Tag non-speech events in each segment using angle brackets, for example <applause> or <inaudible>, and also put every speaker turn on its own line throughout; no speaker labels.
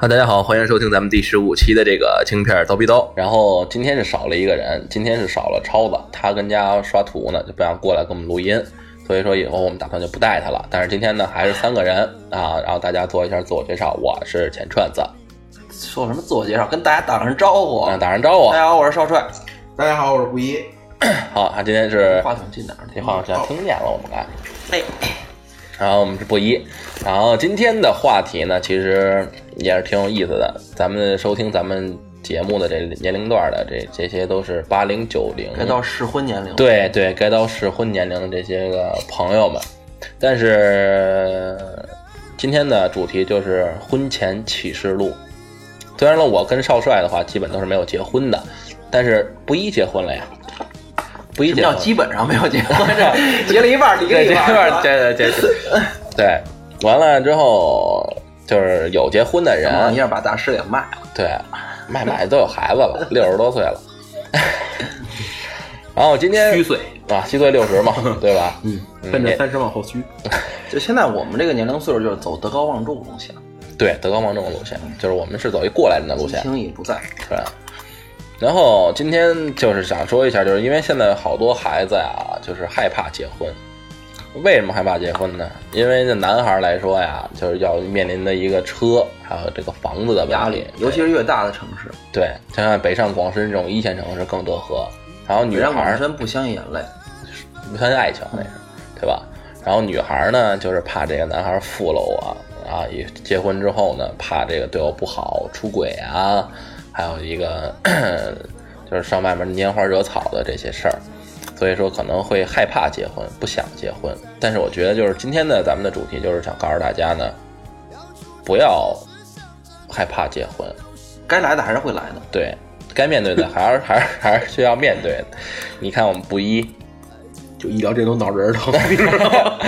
哈，大家好，欢迎收听咱们第十五期的这个京片儿刀逼刀。然后今天是少了一个人，今天是少了超子，他跟家刷图呢，就不想过来跟我们录音，所以说以后我们打算就不带他了。但是今天呢，还是三个人啊，然后大家做一下自我介绍，我是钱串子，
说什么自我介绍，跟大家打声招呼。
啊，打声招呼
大。家好，我是少帅。
大家好，我是布衣。
好，啊他今天是
嗯话筒进哪儿了？
这好像听见了，我们该。
哎，
然后我们是不一，然后今天的话题呢，其实也是挺有意思的。咱们收听咱们节目的这年龄段的这这些都是八零九零，
该到适婚年龄了。
嗯对对，该到适婚年龄的这些个朋友们。但是今天的主题就是婚前启示录。虽然呢，我跟少帅的话基本都是没有结婚的，但是不一结婚了呀，不一
什么
结
叫
婚。
基本上没有结婚？
<laughs>
这结了一半儿，离了
对，
一
<laughs> 这
半
块
儿。
对对对对对，完了之后就是有结婚的
嗯
然后
人，
一下把大师给卖了。
对，卖买都有孩子了，六十多岁了。 <laughs> 然后今天
虚岁，
啊，虚岁六十嘛，对吧？
嗯，
嗯
奔着
也
三十往后虚。
嗯
就现在我们这个年龄岁数，就是走德高望重路线，
对，德高望重的路线，就是我们是走一过来人的路线，
听已不在。
对。然后今天就是想说一下，就是因为现在好多孩子呀，就是害怕结婚。为什么害怕结婚呢？因为这男孩来说呀，就是要面临的一个车，还有这个房子的
压
问
力
题，，
尤其是越大的城市，
对，像北上广深这种一线城市更德和，然后女
北上
孩
广
儿
深不相信眼泪。
不相信爱情那是，对吧？然后女孩儿呢，就是怕这个男孩儿负了我啊，也结婚之后呢，怕这个对我不好，出轨啊，还有一个 <coughs> 就是上外面拈花惹草的这些事儿，所以说可能会害怕结婚，不想结婚。但是我觉得就是今天的咱们的主题就是想告诉大家呢，不要害怕结婚，
该来的还是会来的，
对，该面对的还是 <laughs> 还是还是需要面对的。你看我们不一，
就一聊这都脑仁儿
<laughs>
疼，你知道吗？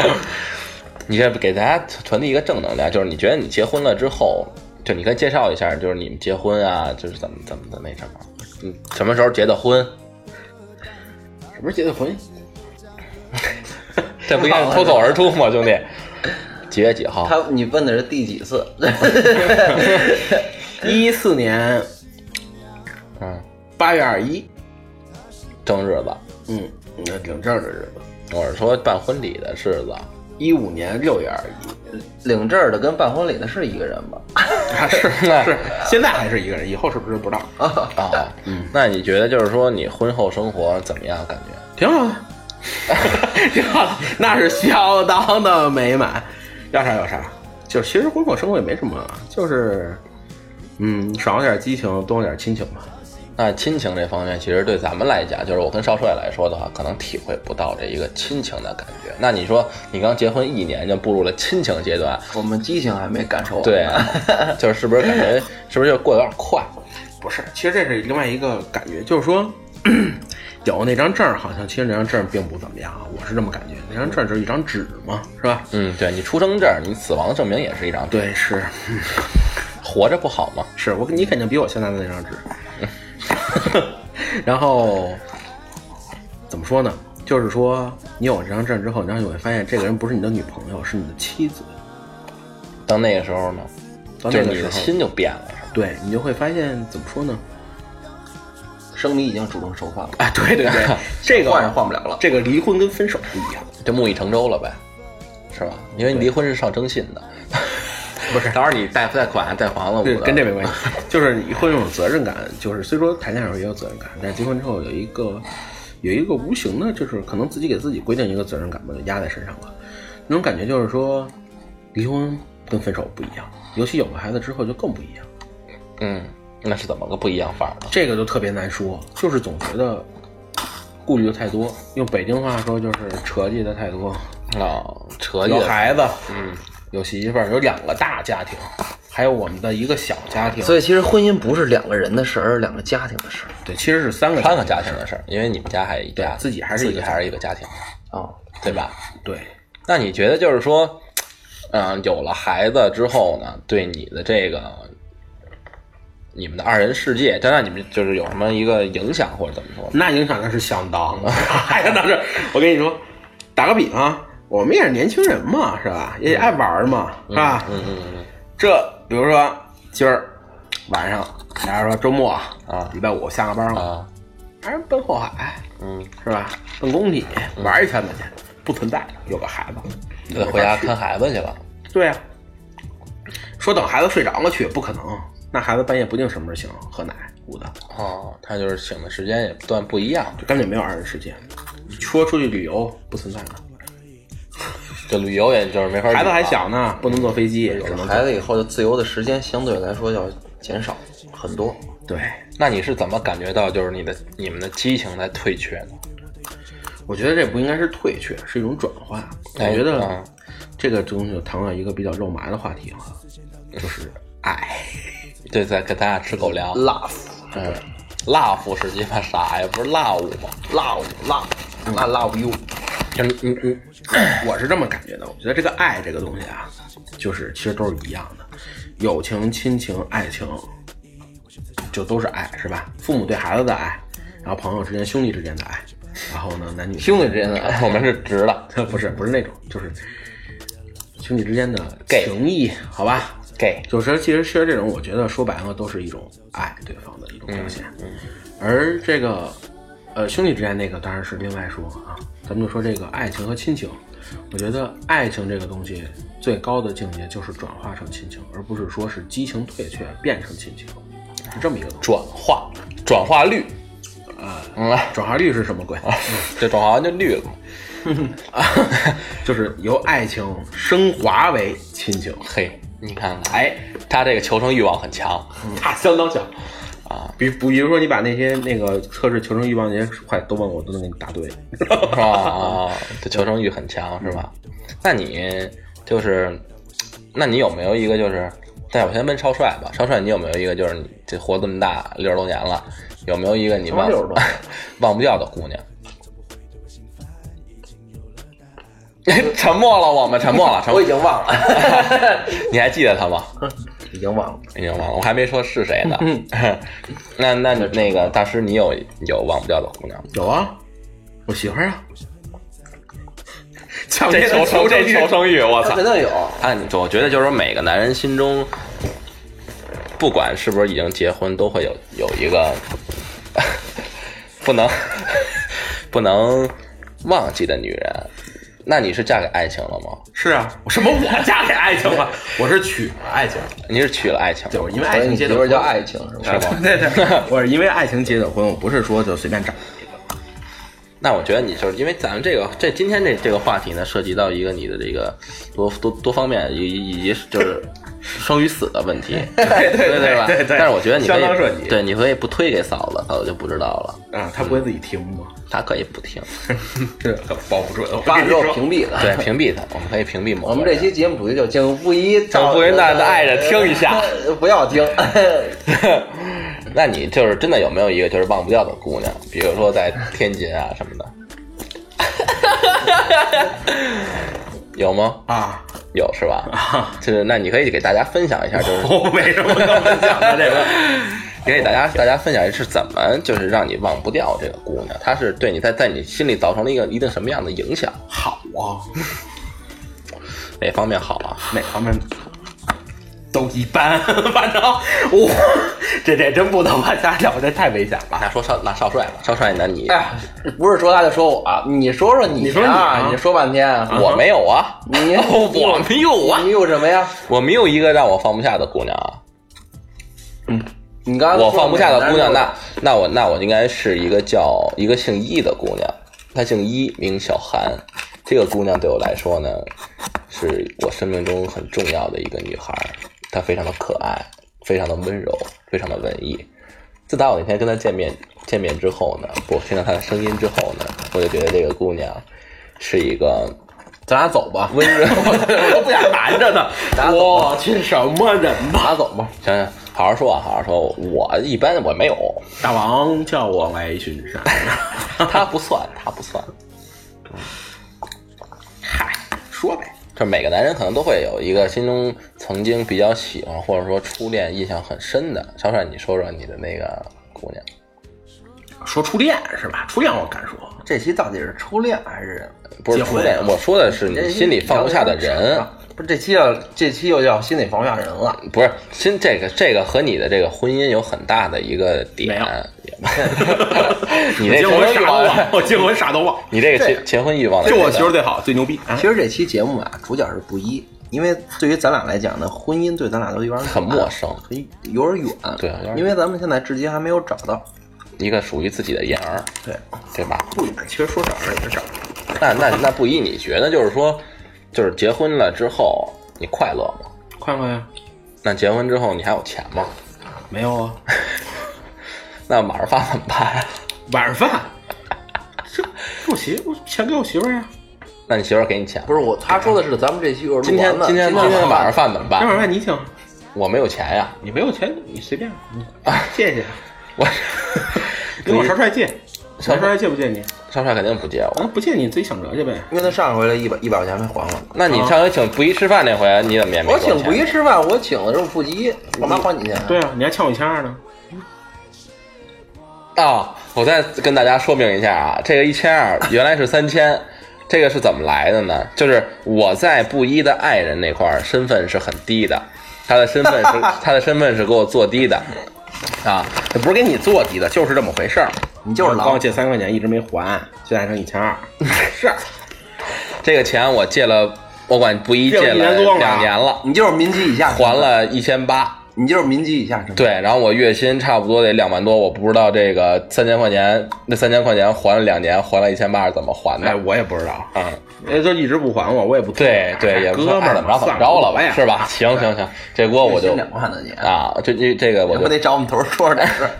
你这给大家传递一个正能量，就是你觉得你结婚了之后，就你可以介绍一下，就是你们结婚啊，就是怎么怎么的那什么，嗯，什么时候结的婚？
什么结的婚？
这不应该是脱口而出吗，兄弟？几月几号？
他你问的是第几
<laughs>
次？
一四年
嗯，
八月二十一，
正日子。
嗯，那领证的日子。
我是说办婚礼的日子，
一五年六月二十一，
领证儿的跟办婚礼的是一个人吧？
啊是
那
是，现在还是一个人，以后是不是不知道？
啊，嗯，那你觉得就是说你婚后生活怎么样？感觉
挺好的， <laughs> 挺好的，那是相当的美满。要啥有啥，就是其实婚后生活也没什么，就是嗯，少了点激情，多了点亲情吧。
那亲情这方面，其实对咱们来讲，就是我跟少帅来说的话，可能体会不到这一个亲情的感觉。那你说你刚结婚一年就步入了亲情阶段，
我们激情还没感受完。
对， <laughs> 就是是不是感觉是不是就过得有点快？
不是，其实这是另外一个感觉，就是说 <clears throat> 有那张证儿，好像其实那张证儿并不怎么样啊，我是这么感觉。那张证儿就是一张纸嘛，是吧？
嗯，对你出生证、你死亡证明也是一张纸，
对，是
活着不好吗？
是，我你肯定比我现在的那张纸。 <laughs> 然后怎么说呢？就是说，你有这张证儿之后，然后你会发现这个人不是你的女朋友，是你的妻子。
到那个时候呢，
到
就
那
是
个
你
时
的
候，
心就变了，是吧？
对你就会发现怎么
<laughs>
说呢？
生米已经煮成熟饭了。
啊，对
<laughs>
对对，这个
换是换不了了。
这个离婚跟分手不一样。
就木已成舟了呗，是吧？因为你离婚是上征信的， <laughs> 不是？到时候你贷贷款、贷还了我
对，
的，
嗯跟这没
<laughs>
关系，就是你会有种责任感，就是虽说谈恋爱时候也有责任感，但结婚之后有一个有一个无形的，就是可能自己给自己规定一个责任感吧，就压在身上了。那种感觉就是说，离婚跟分手不一样，尤其有了孩子之后就更不一样。
嗯，那是怎么个不一样法呢？
这个就特别难说，就是总觉得顾虑的太多，用北京话说就是扯叽的太多。
啊，扯
有
远
孩子，
嗯，
有媳妇儿，有两个大家庭，还有我们的一个小家庭，
所以其实婚姻不是两个人的事儿，而是两个家庭的事儿
对，其实是三个
三个家庭的事儿，因为你们家还一家，
对自己还是一
自
个
己还是一个家庭，
啊。
对吧？
对。
那你觉得就是说，嗯、有了孩子之后呢，对你的这个你们的二人世界，当然你们就是有什么一个影响或者怎么说呢？
那影响那是相当的， <laughs> 哎呀，那是我跟你说，打个比方，我们也是年轻人嘛，是吧？也爱玩嘛，是吧？
嗯嗯嗯，
这比如说今儿晚上，假如说周末
啊
礼拜五下了班了，
啊，
还是奔后海
嗯，
是吧？奔工体玩一圈子去，不存在有个孩子，
你得回家看孩子去了。
对啊，说等孩子睡着了去，不可能。那孩子半夜不定什么时候醒，喝奶捂的，
哦，他就是醒的时间也不断不一样，
就根本没有二人世界。说出去旅游不存在的，
这旅游也就是没法。
孩子还，小呢，不能坐飞机，只
啊
能
孩子以后就自由的时间相对来说要减少很多。
对。
那你是怎么感觉到就是你的你们的激情在退却呢？
我觉得这不应该是退却，是一种转化。我
哎
觉得
啊
嗯
这个东西就谈到一个比较肉麻的话题了，就是爱。呃
对，在给大家吃狗粮。
Love
嗯，love 是鸡巴啥呀？不是 love 吗？
love love I love you。
就你你你，
我是这么感觉的，我觉得这个爱这个东西啊，就是其实都是一样的，友情、亲情、爱情，就都是爱，是吧？父母对孩子的爱，然后朋友之间、兄弟之间的爱，然后呢，男女
兄弟
<laughs>
之间的爱，
我们是直的
<laughs> 不是不是那种，就是兄弟之间的
Gay
情谊，好吧？
gay，
就是其实其实这种，我觉得说白了都是一种爱对方的一种表现。而这个，呃，兄弟之间那个当然是另外说啊，咱们就说这个爱情和亲情。我觉得爱情这个东西最高的境界就是转化成亲情，而不是说是激情退却变成亲情，是这么一个东西。
转化转化率，嗯，
转化率是什么鬼？
<laughs> 这转化完就绿了。
就是由爱情升华为亲情。
<laughs> 嘿，你看看，
哎，
他这个求生欲望很强，
它相当像
啊。
比比如说，你把那些那个测试求生欲望那些快都问我，我都能给你答对。
是 <laughs> 吧？啊，这求生欲很强，是吧？那你就是，那你有没有一个就是？但我先问超帅吧，超帅，你有没有一个就是你这活这么大六十多年了，有没有一个你忘
什么60多年
<laughs> 忘不掉的姑娘？ <laughs> 沉默了，我们沉默了，沉
我
默
已。经忘了，
<laughs> 你还记得她吗？
已经忘了。
已经忘了，我还没说是谁呢。那那你那个大师，你有有忘不掉的姑娘吗？
有啊，我媳妇儿啊。 <laughs> 强
哦这
烈
求
的
生，这
欲
求生欲，我操
那！肯定有，
按我觉得就是说每个男人心中，不管是不是已经结婚，都会有有一个 <laughs> 不能 <laughs> 不能忘记的女人。那你是嫁给爱情了吗？
是啊，我什么我嫁给爱情 <laughs> 了？我是娶了爱情，
你是娶了爱情
对，我因为
所
爱
以
情
你媳妇
结的
儿
婚
叫爱情是吧？
吧？ <laughs> 对对，我是因为爱情结的婚，我不是说就随便找一个。
那我觉得你就是因为咱们这个这今天这这个话题呢，涉及到一个你的这个多多多方面，以以以及就是生与死的问
<laughs>
题，对
对
对
对
吧？
对对
但是我觉得你可
相当涉及
以对，你可以不推给嫂子，嫂子就不知道了，
啊，他不会自己听吗？
她可以不
<laughs>
听。
这可保不准，我
把
跟
你给
你
我
说，
屏蔽了。
对，屏蔽他，我们可以屏蔽某
我们
个
这
人
期节目主题叫“请不一
请不一大的爱人听一下，
<laughs> 不要听。
<laughs> 那你就是真的有没有一个就是忘不掉的姑娘？比如说在天津啊什么
<laughs>
的，有吗？
啊，
有是
<laughs>
吧？就是那你可以给大家分享一下，就是
我没什么跟我讲的这个。
也给大家大家分享一下是怎么就是让你忘不掉这个姑娘，她是对你在在你心里造成了一个一定什么样的影响？
好啊，
哪方面好啊？
<laughs> 哪方面都一般，反正我这这真不能往下聊，这太危险了。
那哎说少那少帅吧，少帅，那你
哎呀， <laughs> 不是说他就说我，啊你说说你
你说你啊
你说半天，
我没有啊，
你
我没有啊，
你有什么呀？
我没有一个让我放不下的姑娘啊，
你刚才
我
说
放不下的姑娘，
你
那那我那我应该是一个叫一个姓伊的姑娘，她姓伊，名小涵。这个姑娘对我来说呢，是我生命中很重要的一个女孩儿，她非常的可爱，非常的温柔，非常的文艺。自打我那天跟她见面见面之后呢，我听到她的声音之后呢，我就觉得这个姑娘是一个
咱俩走吧，
温柔。 <laughs>
<laughs>
我都不想拦着呢。我去，什么人吧？
拿走吧。
想想，好好说啊，好好说。我一般我没有，
大王叫我来巡山，
她不算，她不算。
嗨，说呗。
就每个男人可能都会有一个心中曾经比较喜欢或者说初恋印象很深的。超帅，你说说你的那个姑娘，
说初恋是吧？初恋我敢说，
这期到底是初恋还是
不是初恋
结，婚
嗯我说的是你心里放不下的人。
不
不是这期要这期又要心理防卫人了，
不是，新这个这个和你的这个婚姻有很大的一个点
没有，
也
<laughs>
你这
结
结
婚
婚
啥
欲
都忘，
望，
我结婚啥都忘，
你这个
这
结结婚欲望的
就
这
我
个
媳妇儿最好，最牛逼。啊
其实这期节目啊，主角是不一，因为对于咱俩来讲呢，婚姻对咱俩都有点
很
远
陌生
很有点远。
对有点远
因为咱们现在至今还没有找到。
一个属于自己的眼儿，
对，
对吧？
不远，其实说找着也是找着。
那那那不一，你觉得就是说，就是结婚了之后你快乐吗？
快乐呀？
那结婚之后你还有钱吗？
没有啊，
那晚上饭怎么办呀？ <laughs>
晚上饭，这给我媳妇钱给我媳妇儿呀。
那你媳妇儿给你钱吗？
不是我，他说的是咱们这期有
今天今天今天晚上饭怎么
那
办？
晚上饭你请，
我没有钱呀，
你没有钱你随便，你借借，
我
跟我少帅借，少帅借不借你？
少帅肯定不接我。
啊，不借你自己想辙去呗。
因为他上回来一百一百块钱没还我。
那你上回请不一吃饭那回，你怎么也没
我
给钱
请不一吃饭，我请的是腹肌，我妈还你钱。
对啊，你还欠我一千二呢。
啊、我再跟大家说明一下啊，这个一千二原来是三千，这个是怎么来的呢？就是我在布衣的爱人那块儿身份是很低的，他的身份是他的身份是给我做低的啊，
这不是给你做底的，就是这么回事儿。
你就是
刚
狼，
借三块钱一直没还，现在剩一千二。是，
这个钱我借了，我管布衣
借
借
了一年多
了
了
两年了，
你就是民基以下
还，了一千八。
你就是民基以下
对，然后我月薪差不多得两万多，我不知道这个三千块钱，那三千块钱还了两年，还了一千八是怎么还的
哎，我也不知道，
啊、
哎，就一直不还我，我也不哎
对对，也不
哥们
爱
儿
怎么着怎么着了吧，是吧？行行行，这锅我就
两万的你，
啊，这这这个我
我
就
得找我们头儿说说这事儿。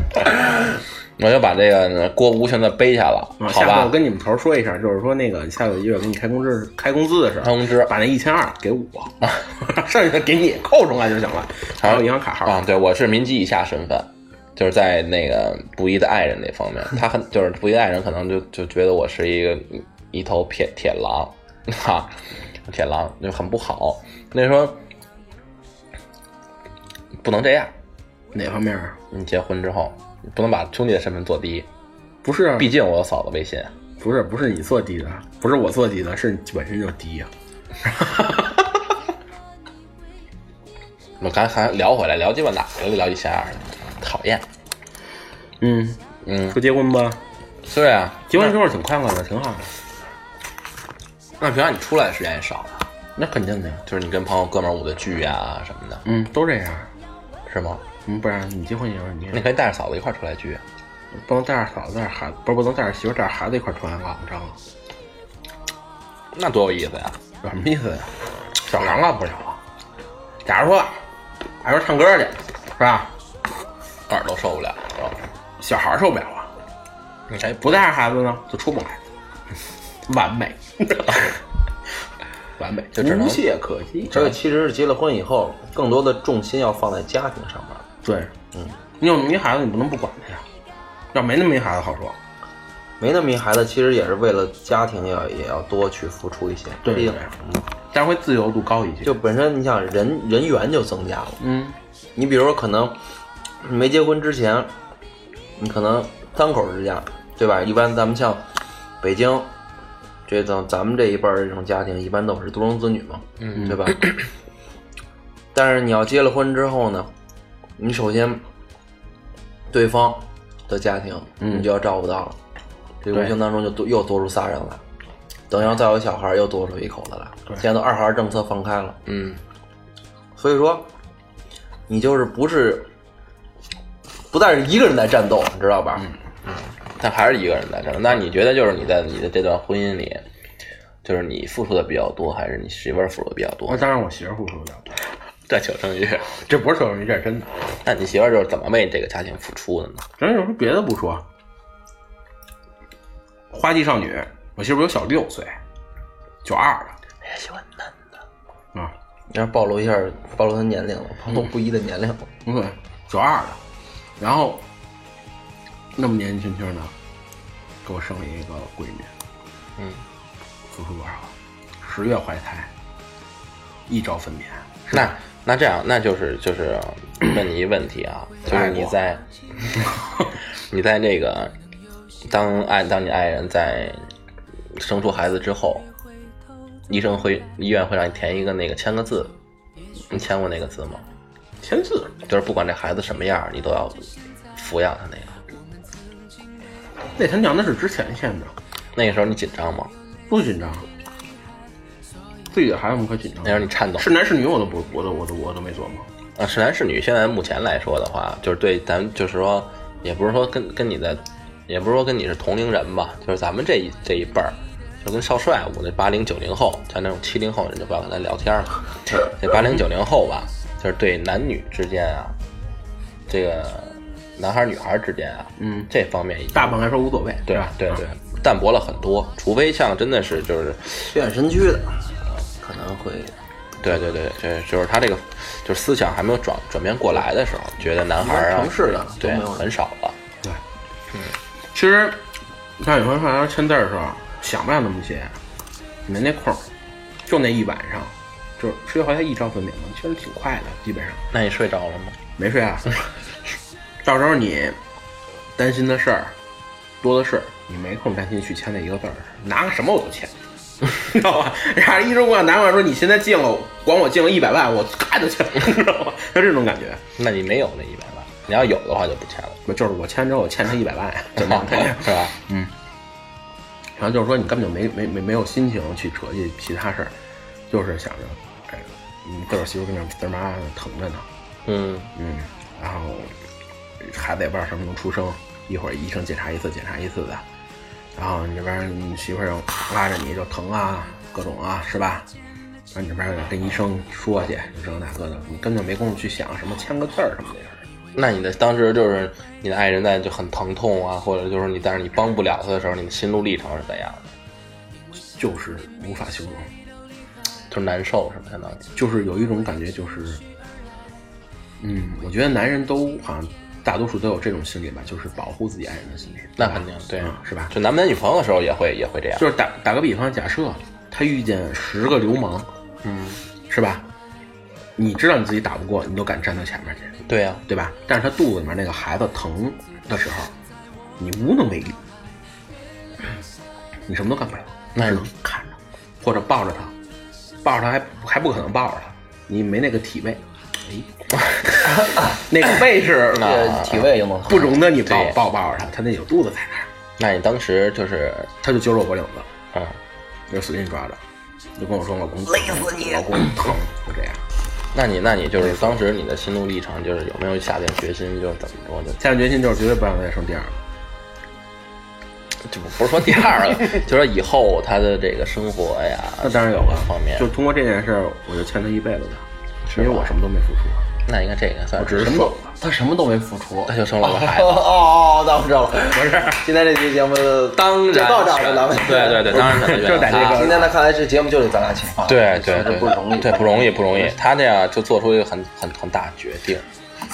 我就把这个锅无情的背下了，
啊，
好
下回我
吧？
跟你们头儿说一声，就是说那个下个月给你开工资开工资的时候，
开工资
把那一千二给 <laughs> 我，剩下的给你扣出来就行了。还有银行卡号，
啊，对，我是民基以下身份，就是在那个布衣的爱人那方面，他很就是布衣的爱人可能就就觉得我是一个一头铁铁狼，哈、铁狼就很不好。那时候不能这样，
哪方面啊？
你结婚之后你不能把兄弟的身份做低，
不是啊，
毕竟我有嫂子微信。
不是，不是你做低的，不是我做低的，是你本身就低呀、
我刚才聊回来，聊鸡巴哪儿了？聊一千二，讨厌。
嗯
嗯，
不结婚吧？
对啊，
结婚之后挺快乐的，挺好的。
那平常你出来的时间也少了，
那肯定的呀，
就是你跟朋友哥们儿舞的剧啊什么的，
嗯，都这样。
是吗？
嗯，不然你结婚以后，你
你可以带着嫂子一块儿出来聚，啊
不能带着嫂子、带着孩子，不是不能带着媳妇、带着孩子一块儿啊出来拉不张，
那多有意思呀！
有什么意思呀？小狼拉不了啊。假如说，还说唱歌去，是吧？
耳朵受不了，是吧？
小孩儿受不了啊，
你可以不
不带着孩子呢，就出不来，完美， <laughs> 完美，
就只能
无懈可
<laughs>
击。
这个其实是结了婚以后，更多的重心要放在家庭上面。
对，嗯，你有那么一孩子，你不能不管他呀。要没那么一孩子好说，
没那么一孩子，其实也是为了家庭要也要多去付出一些，
对
毕竟
对
嗯
但是会自由度高一些。
就本身你想人人员就增加了。
嗯，
你比如说可能没结婚之前，你可能三口之家，对吧？一般咱们像北京这种咱们这一辈儿这种家庭，一般都是独生子女嘛，嗯，对吧？ <clears throat> 但是你要结了婚之后呢，你首先对方的家庭，你就要照顾到了，这无形当中就多又多出仨人来。等要再有小孩儿，又多出一口子来。现在都二孩儿政策放开了，
嗯，
所以说，你就是不是不再是一个人在战斗，你知道吧？
但还是一个人在这儿。那你觉得就是你在你的这段婚姻里，就是你付出的比较多，还是你媳妇儿付出的比较
我
多？
当然我媳妇儿付出不了，
这求生欲，
这不是说明这是真的。
那你媳妇儿就是怎么为这个家庭付出的呢？
咱有时候别的不说，花季少女，我媳妇儿有小六岁，九二的
也喜欢男的，
啊，
你要暴露一下，暴露他年龄了，暴露不一的年龄了。
对，九二的，然后那么年纪轻轻的，给我生了一个闺女，
嗯，
付出多少？十月怀胎，一朝分娩，
那那这样，那就是就是问你一问题啊，就是你在 <laughs> 你在这个当爱当你爱人在生出孩子之后，医生会医院会让你填一个那个签个字，你签过那个字吗？
签字
就是不管这孩子什么样，你都要抚养他那个。
那他娘的是之前签的，
那个时候你紧张吗？
不紧张。自己的孩子们可紧张
那时候你颤抖
是男是女我都不，我都我都我都没琢磨。
啊，是男是女，现在目前来说的话，就是对咱们就是说，也不是说跟跟你的，也不是说跟你是同龄人吧，就是咱们这一这一辈儿，就跟少帅我那八零九零后，像那种七零后人就不要跟他聊天了。这八零九零后吧，就是对男女之间啊，这个男孩儿女孩儿之间啊，
嗯，
这方面已经
大部分来说无所谓，
对
吧？啊
对对淡薄了很多，除非像真的是就是
血染身躯的，可能会
对对对，这就是他这个就是思想还没有转转变过来的时候，觉得男孩儿啊，
城市的
对
都没有
很少了。
对，其实像有回上要签字儿的时候，啊想不了那么些，没那空儿，就那一晚上，就是睡回来一朝分娩嘛，其实挺快的，基本上
那你睡着了吗？
没睡
<laughs>
啊。到时候你担心的事儿多的是，你没空担心去签那一个字儿，拿个什么我都签。 <laughs> 你知道吧？ <laughs> 然后医生过来拿过来说：“你现在借了，管我借了一百万，我咔就签了， <laughs> 你知道吗？就这种感觉。
那你没有那一百万，你要有的话就不欠了，
我就是我签之后，我欠他一百万，
<laughs>
就那种感觉。
是吧？
然后就是说你根本就没没没没有心情去扯去其他事儿，就是想着，哎，你自个儿媳妇跟那儿嘚儿妈的疼着呢，
嗯，
嗯，然后孩子也不知道什么时候出生，一会儿医生检查一次，检查一次的，然后你这边儿你媳妇儿又拉着你就疼啊，各种啊，是吧？然后你这边儿也跟医生说去，这那个的，你根本就没工夫去想什么签个字儿什么的事儿。
那你的当时就是你的爱人在就很疼痛啊，或者就是你但是你帮不了他的时候，你的心路历程是怎样的？
就是无法形容，
就是难受是吧？相当于
就是有一种感觉，就是，嗯，我觉得男人都好像大多数都有这种心理吧，就是保护自己爱人的心理。
那
对吧
肯定对
嗯是吧？
就男男女朋友的时候也会也会这样，
就是打打个比方，假设他遇见十个流氓，
嗯，
是吧？你知道你自己打不过，你都敢站到前面去，
对啊呀、
对吧？但是他肚子里面那个孩子疼的时候，你无能为力，你什么都干不了，
那
只
是
能看着，或者抱着他，抱着他还还不可能抱着他，你没那个体位，哎，那个位 <laughs> 是
啊
体位有吗？
不容得你抱
对
抱抱着他，他那有肚子在那儿，
那你当时就是
他就揪着我脖领子，
嗯，
就使劲抓着，就跟我说老公累死你，老公疼，就这样。
那你那你就是当时你的心路历程就是有没有下定决心，就是怎么着就
下定决心就是绝对不想再生第二个。
就不是说第二个， <laughs> 就说以后他的这个生活呀，
那啊当然有了，
方面
就通过这件事儿，我就欠他一辈子的，
是
因为
吧
我什么都没付出，
那应该这个算
我只
是
是说，
他什么都没付出。
那就生了个孩子
<laughs> 哦。哦，那我知道了，不是。今天这期节目
当然
就到这儿了，咱们
对对对，当然
<laughs>
选择
就是在
原
这
谅他
个
今天呢，看来这节目就是咱俩请放，
对对
这
对，
不容易，
对不容易不容易。他这样就做出一个很很很大的决定，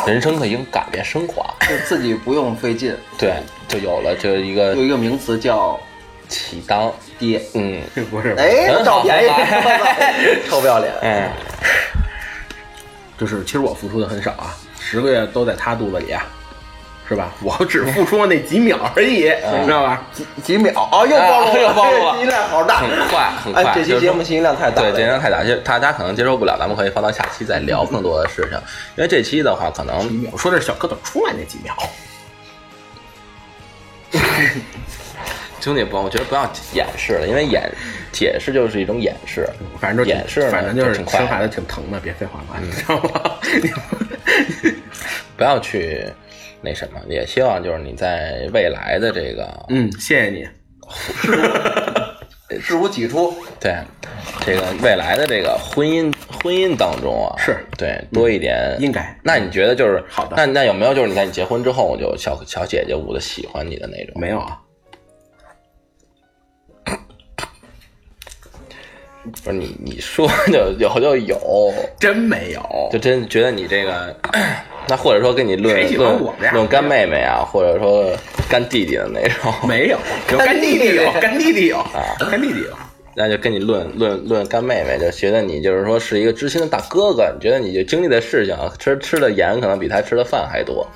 人生可以改变升华。
就自己不用费劲。
对，就有了这一个
有一个名词叫
起当，
爹，
嗯
<laughs> 不是，
哎
很，好
找便
很
宜， <laughs> 臭不要脸。
嗯，
就是其实我付出的很少啊，十个月都在他肚子里啊，是吧？我只付出了那几秒而已，你知道吧？
几 <laughs> 几秒啊，又暴露
啊又暴露了
<laughs> 这信息量好大，
很快很快
哎，这
就
期
是
节目信息量太大
对，
了。
这量太大，就大家可能接受不了，咱们可以放到下期再聊更多的事情。因为这期的话，可能
我说的是小蝌蚪出来那几秒，
兄弟不，我觉得不要掩饰了，因为掩解释就是一种掩饰，
<laughs> 反正就
掩饰呢，
反正就是
挺快
生孩
的，
子挺疼的，别废话了，你知道吗？ <laughs>
不要去那什么，也希望就是你在未来的这个
嗯，谢谢你，
事无己出，
对，这个未来的这个婚姻婚姻当中啊，
是
对多一点、
应该
那你觉得就是
好的
那那有没有就是你在你结婚之后就小小姐姐捂的喜欢你的那种？
没有啊，
不是你你说就有就有，
真没有，
就真觉得你这个， <clears throat> 那或者说跟你论
谁喜欢
论
我们呀
论干妹妹啊，或者说干弟弟的那种，
没有，干
干弟
弟弟
弟
有，干弟弟有，干弟弟有。
那就跟你论论论干妹妹，就觉得你就是说是一个知心的大哥哥，你觉得你就经历的事情啊，吃吃的盐可能比他吃的饭还多，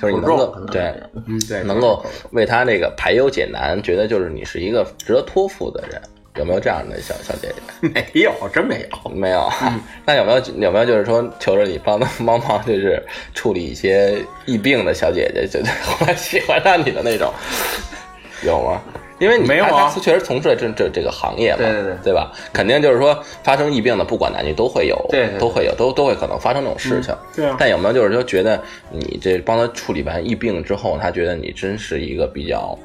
就是你能
口
够
重可能
对
是
嗯，对，
能够为他这个排忧解难，觉得就是你是一个值得托付的人。有没有这样的小小姐姐？
<laughs> 没有，真没有。
没有。
嗯
那有没有有没有就是说求着你帮他帮忙，就是处理一些疫病的小姐姐，就就后来喜欢上你的那种，有吗？因为你
没有啊
他他确实从事了这这这个行业嘛，
对对对
对吧？肯定就是说发生疫病的，不管男女都会有，
对嗯对
都会有，都都会可能发生这种事情。
对啊
但有没有就是说觉得你这帮他处理完疫病之后，他觉得你真是一个比较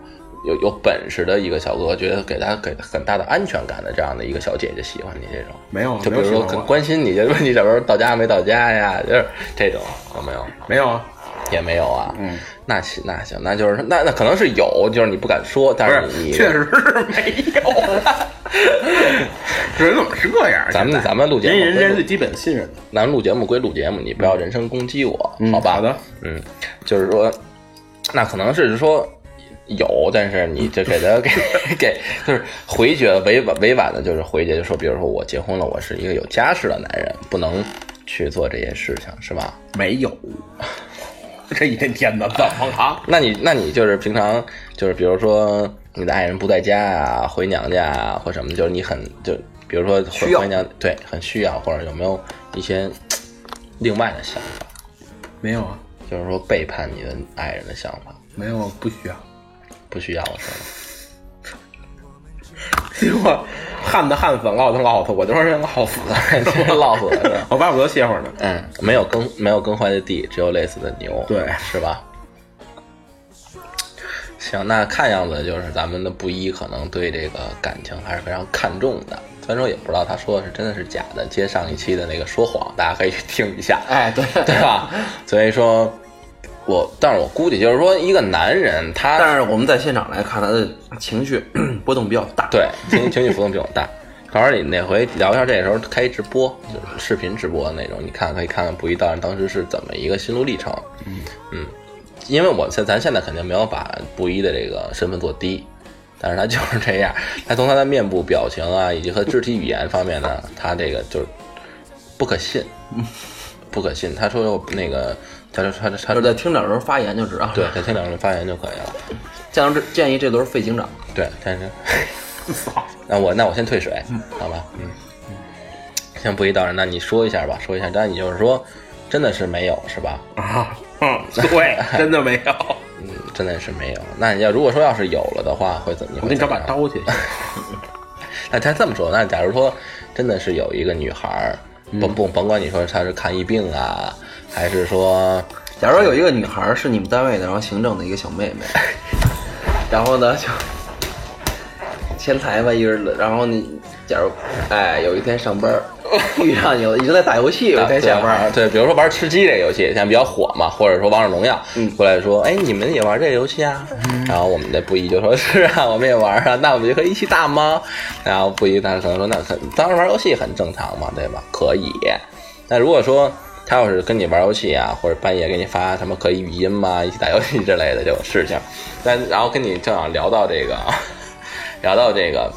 有有本事的一个小哥，觉得给他给很大的安全感的这样的一个小姐姐喜欢你这种？
没有啊，
就比
没有
如
喜
说
欢
很
我
关心你，就问你小时候到家没到家呀， <laughs> 就是这种有没有？
没有啊，
也没有啊。嗯，那行那行，那就是那那可能是有，就是你不敢说，但
不
是
是，
你
<laughs> 确实是没有。 <laughs> 人怎么是这样？
咱们咱们录节
人与
目
人之
归
间
录
最，基本信任的，
咱们录节目归录节目，你不要人身攻击我，好吧？
好的，
嗯，就是说，那可能是说有，但是你就给他 <laughs> 给给就是回绝委婉委婉的，就是回绝，就说，比如说我结婚了，我是一个有家室的男人，不能去做这些事情，是吧？
没有。这一天天的怎么了？
那你那你就是平常就是比如说你的爱人不在家啊，回娘家啊或什么，就是你很就比如说回
需要
回娘对很需要，或者有没有一些嘖另外的想法，
没有啊，
就是说背叛你的爱人的想法，
没有，不需要。 <laughs>
不需要是 <laughs> 吗？
结果旱的旱死，涝的涝死，我就是那涝死的。
这落死了是吧？
我巴不得歇会 <laughs> 儿呢。
嗯，没有耕没有耕坏的地，只有累死的牛，
对
是吧？行，那看样子就是咱们的布衣可能对这个感情还是非常看重的。虽然说也不知道他说的是真的是假的，接上一期的那个说谎，大家可以去听一下，
哎，对，
对吧？所以说，我但是我估计就是说，一个男人他
<laughs> 但是我们在现场来看，他的情绪 <clears throat> 波动比较大。，
对，情情绪浮动比我大。到时候你那回聊一下，这时候开一直播，就是视频直播那种，你看可以看看不一道人当时是怎么一个心路历程。嗯因为我现咱现在肯定没有把布衣的这个身份做低，但是他就是这样，他从他的面部表情啊，以及和肢体语言方面呢，他这个就是不可信，不可信。他说那个，他说他说他
就
说
是在听两轮发言就知道。
对，，他听两人发言就可以了。
建议这建议这轮费警长。
对，但是，那我那我先退水，好吧？嗯，先不一道人，那你说一下吧，说一下。但你就是说，真的是没有是吧？
啊，嗯，对，真的没
<laughs>
有。
嗯，真的是没有。那你要如果说要是有了的话，会怎么？
我给你找把
刀。
刀去。
那他这么说，那假如说真的是有一个女孩儿，甭甭甭管你说她是看疫病啊，还是说
假如有一个女孩是你们单位的，然后行政的一个小妹 <laughs> 妹，然后呢就 <laughs> 前台吧，一人，然后你假如哎有一天上班 <laughs> 儿遇上你了，一直在打游戏，有一天下班儿，
对，比如说玩吃鸡这个游戏，现在比较火嘛，或者说王者荣耀，过来说，哎，你们也玩这个游戏啊？然后我们的布衣就说， <laughs> 是啊，我们也玩啊，那我们就可以一起打吗？然后布衣他可能说，那很，当然玩游戏很正常嘛，对吧？可以。那如果说他要是跟你玩游戏啊，或者半夜给你发什么可以语音吗？一起打游戏之类的这种事情，但然后跟你正好聊到这个， <laughs> 聊到这个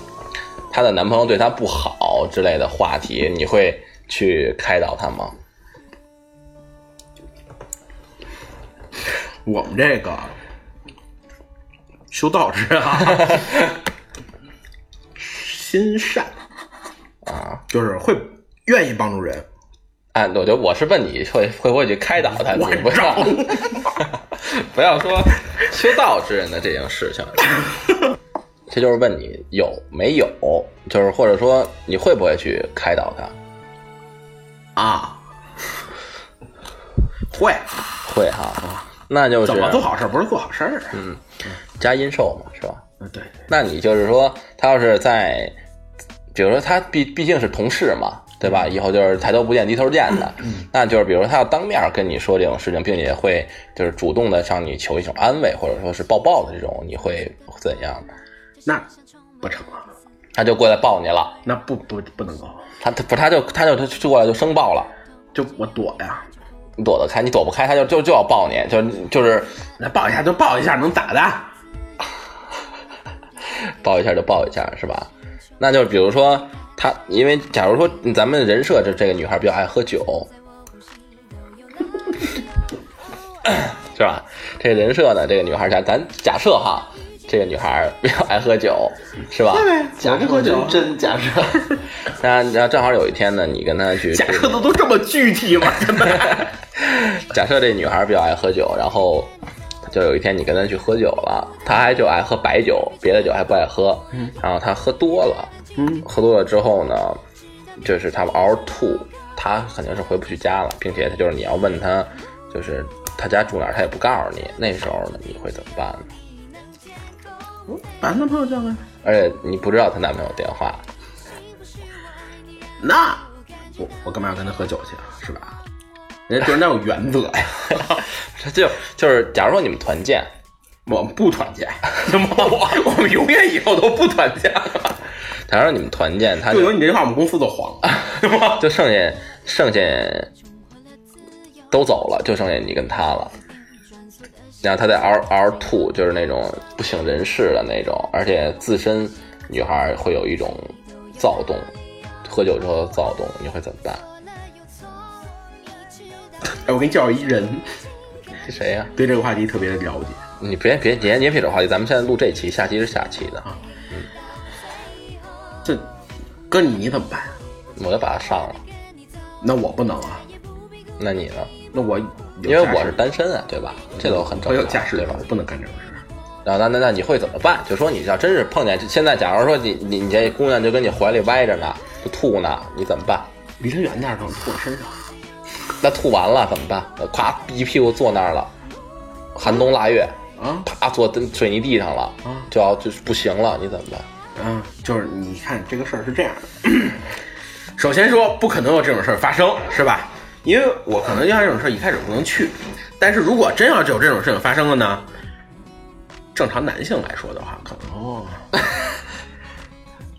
她的男朋友对她不好之类的话题，你会去开导她吗？
我们这个修道士啊，心善啊，就是会愿意帮助人。
啊，我就我是问你会会不会去开导她，你不要不要说修道之人的这件事情，这就是问你有没有，就是或者说你会不会去开导她？
啊，会
会哈、那就是
怎么做好事儿不是做好事儿啊？
加阴寿嘛，是吧？
嗯，对，
那你就是说，他要是在，比如说他毕毕竟是同事嘛，对吧？以后就是抬头不见低头见的，那就是比如说他要当面跟你说这种事情，并且会就是主动的向你求一种安慰，或者说是抱抱的这种，你会怎样？
那不成啊，
他就过来抱你了，
那不不不能够，
他他不他就他就他就过来就生抱了，
就我躲呀，
你躲得开，你躲不开，他就就就要抱你，就就是
那抱一下就抱一下，能咋的？
抱一下就抱一下，是吧？那就是比如说他，因为假如说咱们人设这这个女孩比较爱喝酒，是吧？这人设呢，这个女孩假咱假设哈，这这个女孩儿比较爱喝酒，是吧？
假
设
设
真
就
真假设，
那那正好有一天呢，你跟她去
假
吃
设的都这么具体
<laughs>
吗？真的
假设这女孩比较爱喝酒，然后就有一天你跟她去喝酒了，她还就爱喝白酒，别的酒还不爱喝。然后她喝多了，
嗯
喝多了之后呢，就是她嗷嗷吐，她肯定是回不去家了，并且她就是你要问她，就是她家住哪儿，她也不告诉你。那时候呢，你会怎么办呢？
把男朋友叫来，
而且你不知道她男朋友电话， <laughs>
那我我干嘛要跟他喝酒去啊？是吧？人家就是那有原则呀，
就就是假如说你们团建，
我们不团
<laughs>
建，我我们永远以后都不团建了。
假如说你们团建，她
就
就
有你这句话，我们公司都黄了。
就剩下剩下都走了，就剩下你跟他了。然后他在嗷嗷吐，就是那种不省人事的那种，而且自身女孩会有一种躁动，喝酒之后的躁动，你会怎么办？
哎，我跟你介绍一人，
这谁呀、
对这个话题特别的了解。
你别别别别撇这话题，咱们现在录这期，下期是下期的，
这哥你你怎么办啊？
我就把他上了。
那我不能啊，
那你呢？
那我有
因为
家
我
室
是单身啊，对吧？这都很
我
正
有
常，
家室
对
的，
吧
我？不能干这种事儿。
然后啊那那那你会怎么办？就说你要真是碰见现在，假如说你你你这姑娘就跟你怀里歪着呢，就吐呢，你怎么办？
离他远点儿，都吐我身上。
那吐完了怎么办？呃咵一屁股坐那儿了，寒冬腊月，
啊
啪坐地水泥地上了，
啊
就要就是不行了，你怎么办？
啊，就是你看这个事儿是这样的，首先说不可能有这种事儿发生，是吧？因为我可能要这种事儿一开始不能去，但是如果真要有这种事情发生了呢，正常男性来说的话，可能、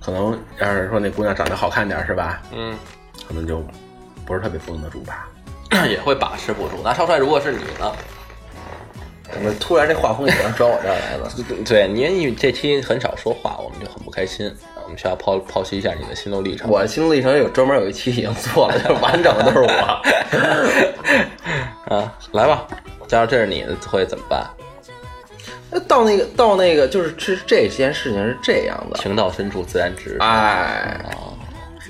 可能要是说那姑娘长得好看点儿，是吧？
嗯， <coughs>
可能就不是特别绷得住吧。
也会把持不住。那少帅，如果是你呢？
怎么突然这画风也能转我这儿来了？
对，你你这期很少说话，我们就很不开心。我们需要剖剖析一下你的心路历程。
我心路历程有专门有一期已经做了，就是完整的都是我。
啊，来吧，假如这是你的，会怎么办？
那到那个到那个，就是是这件事情是这样的，
情到深处自然直。
哎，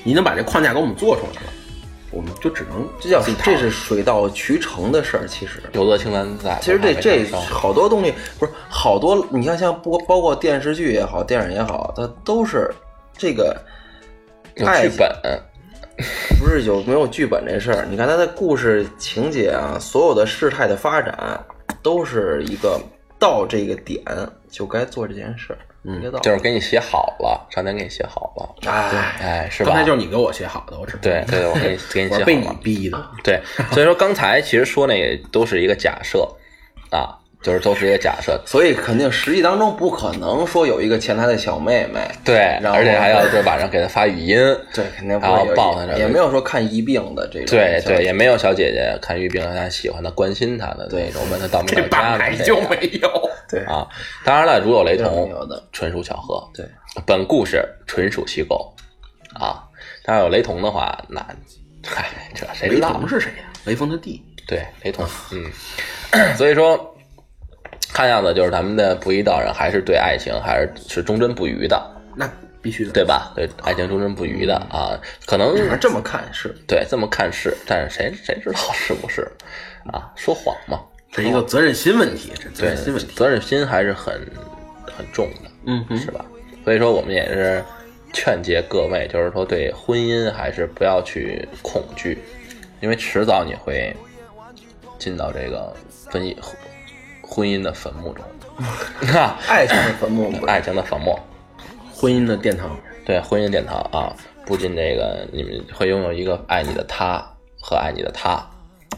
你能把这框架给我们做出来了，我们就只能
这叫这是水到渠成的事儿，其实。
有乐青蓝在。
其实
我
这
怕没
这
感受
好多东西不是好多，你看像不包括电视剧也好，电影也好，它都是这个
有
爱
剧
情
本，
不是有没有剧本这事儿。你看它的故事情节啊，所有的事态的发展都是一个到这个点就该做这件事儿，嗯，到
就是给你写好了，上天给你写好了，
哎，
哎，是吧？
刚才就是你给我写好的，我只
对对，对我给你给你
我
写
是被
好
你
了。
逼的。
对，所以说刚才其实说那个都是一个假设啊，就是都是一个假设。
所以肯定实际当中不可能说有一个前台的小妹妹，
对，
然后
而且还要就晚上给他发语音，
对，肯定不
然
会
后
有
抱他着
也没有说看医病的这种，
对对，也没有小姐姐看玉病让他喜欢他、关心他的那种，问他到没到家的这样
有。
对
啊。当然了，如有雷
没
同
有的，
纯属巧合。
对，
本故事纯属虚构啊。当然有雷同的话，那嗨，这谁
雷
知道
锋？是谁呀、雷锋他弟。
对，雷同，嗯， <coughs> 所以说，看样子就是咱们的不一道人还是对爱情还是是忠贞不渝的，
那必须的。
对吧？对爱情忠贞不渝的啊，可能
反正这么看是
对这么看是，但是谁谁知道是不是啊？说谎嘛，
这一个责任心问题，这责
对
任心问，题。
责任心还是很很重的，
嗯哼，
是吧？所以说我们也是劝诫各位，就是说对婚姻还是不要去恐惧，因为迟早你会进到这个婚姻婚姻的坟墓中， <laughs> 哈，
爱情的坟墓不是
爱情的坟墓，
婚姻的殿堂，
对婚姻殿堂啊，不仅这个你们会拥有一个爱你的他和爱你的他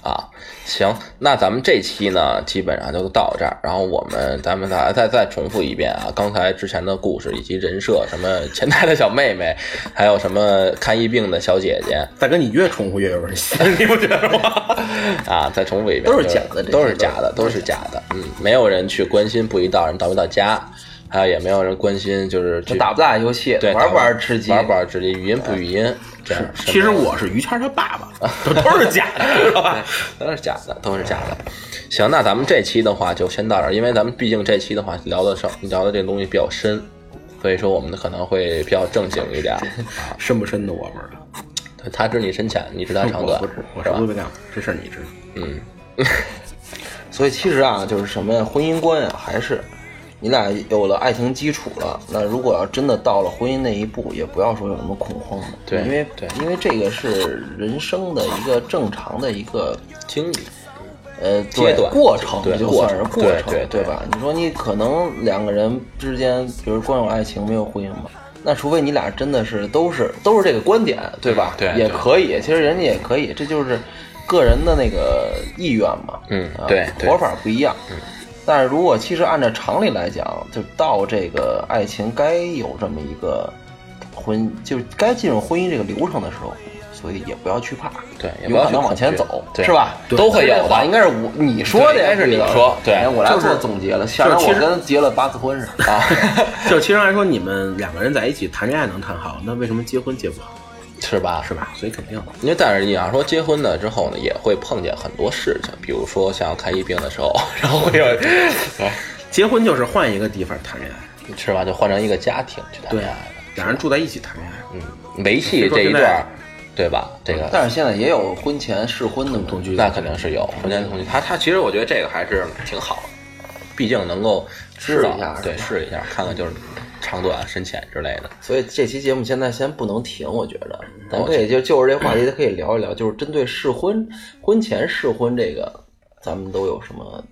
啊。行，那咱们这期呢，基本上就到这儿。然后我们咱们再再再重复一遍啊，刚才之前的故事以及人设，什么前台的小妹妹，还有什么看医病的小姐姐
大哥，你越重复越有人 <laughs> 信，你不觉得吗？
啊，再重复一遍，
都是
就
假的这些
都是假的，都是假的。嗯，没有人去关心不一道人到没到家。还有也没有人关心，就是
就
去
打不打游戏，
对
玩
打
不玩
不
吃鸡，
玩不玩吃鸡，语音不语音，这样。是
其
没有
实我是于谦他爸 <laughs> 爸，都都是假的，知道吧？
都是假的，都是假的。行，那咱们这期的话就先到这儿，因为咱们毕竟这期的话聊的上聊的这东西比较深，所以说我们可能会比较正经一点。
<laughs> 深不深的我不知 <laughs> 道，
对他知你深浅，你知他长
我
短
不知，，我
是
什
吧
么都？没干过，这事儿你知道。
嗯，
所以其实啊，就是什么呀，婚姻观啊，还是你俩有了爱情基础了。那如果要真的到了婚姻那一步，也不要说有什么恐慌的，
对
因为
对
因为这个是人生的一个正常的一个
经历，
呃
阶段
对过程
对
就算是
过程
过程，
对对对
吧？你说你可能两个人之间，比如光有爱情没有婚姻嘛。那除非你俩真的是都是都是这个观点，对吧？
对
也
对
可以，其实人家也可以，这就是个人的那个意愿嘛。
嗯
啊
对对嗯
活法不一样。但是如果其实按照常理来讲，就到这个爱情该有这么一个婚，就是该进入婚姻这个流程的时候，所以也不要去怕，
对也不
勇
要去
敢的往
恐
前
惧
走，
对
是吧？
对都会有的
这话应该是我你说的
对
呀，
应该是
这个
你说对
哎我来
就是
做总结了，想让
就是
我
其实
跟结了八次婚似的 <laughs> 啊，
<laughs> 就其实来说，你们两个人在一起谈恋爱能谈好，那为什么结婚结不好，
是吧？
是吧？所以肯定的。
因为但是你要说结婚了之后呢，也会碰见很多事情，比如说像看医病的时候， <laughs> 然后会有，
<laughs> 结婚就是换一个地方谈恋爱，
是吧？就换成一个家庭去谈
对
恋爱
啊
了，
俩人住在一起谈恋爱，
嗯，维系这一段儿，对吧？这个
但是现在也有婚前试婚的同居
那肯定是有
嗯
婚前同居，他他其实我觉得这个还是挺好的，毕竟能够知道
试一下
对，试一下看看就是长短、啊深浅之类的。
所以这期节目现在先不能停，我觉着，咱可以就就是这话题，可以聊一聊，就是针对试婚、婚前试婚这个，咱们都有什么，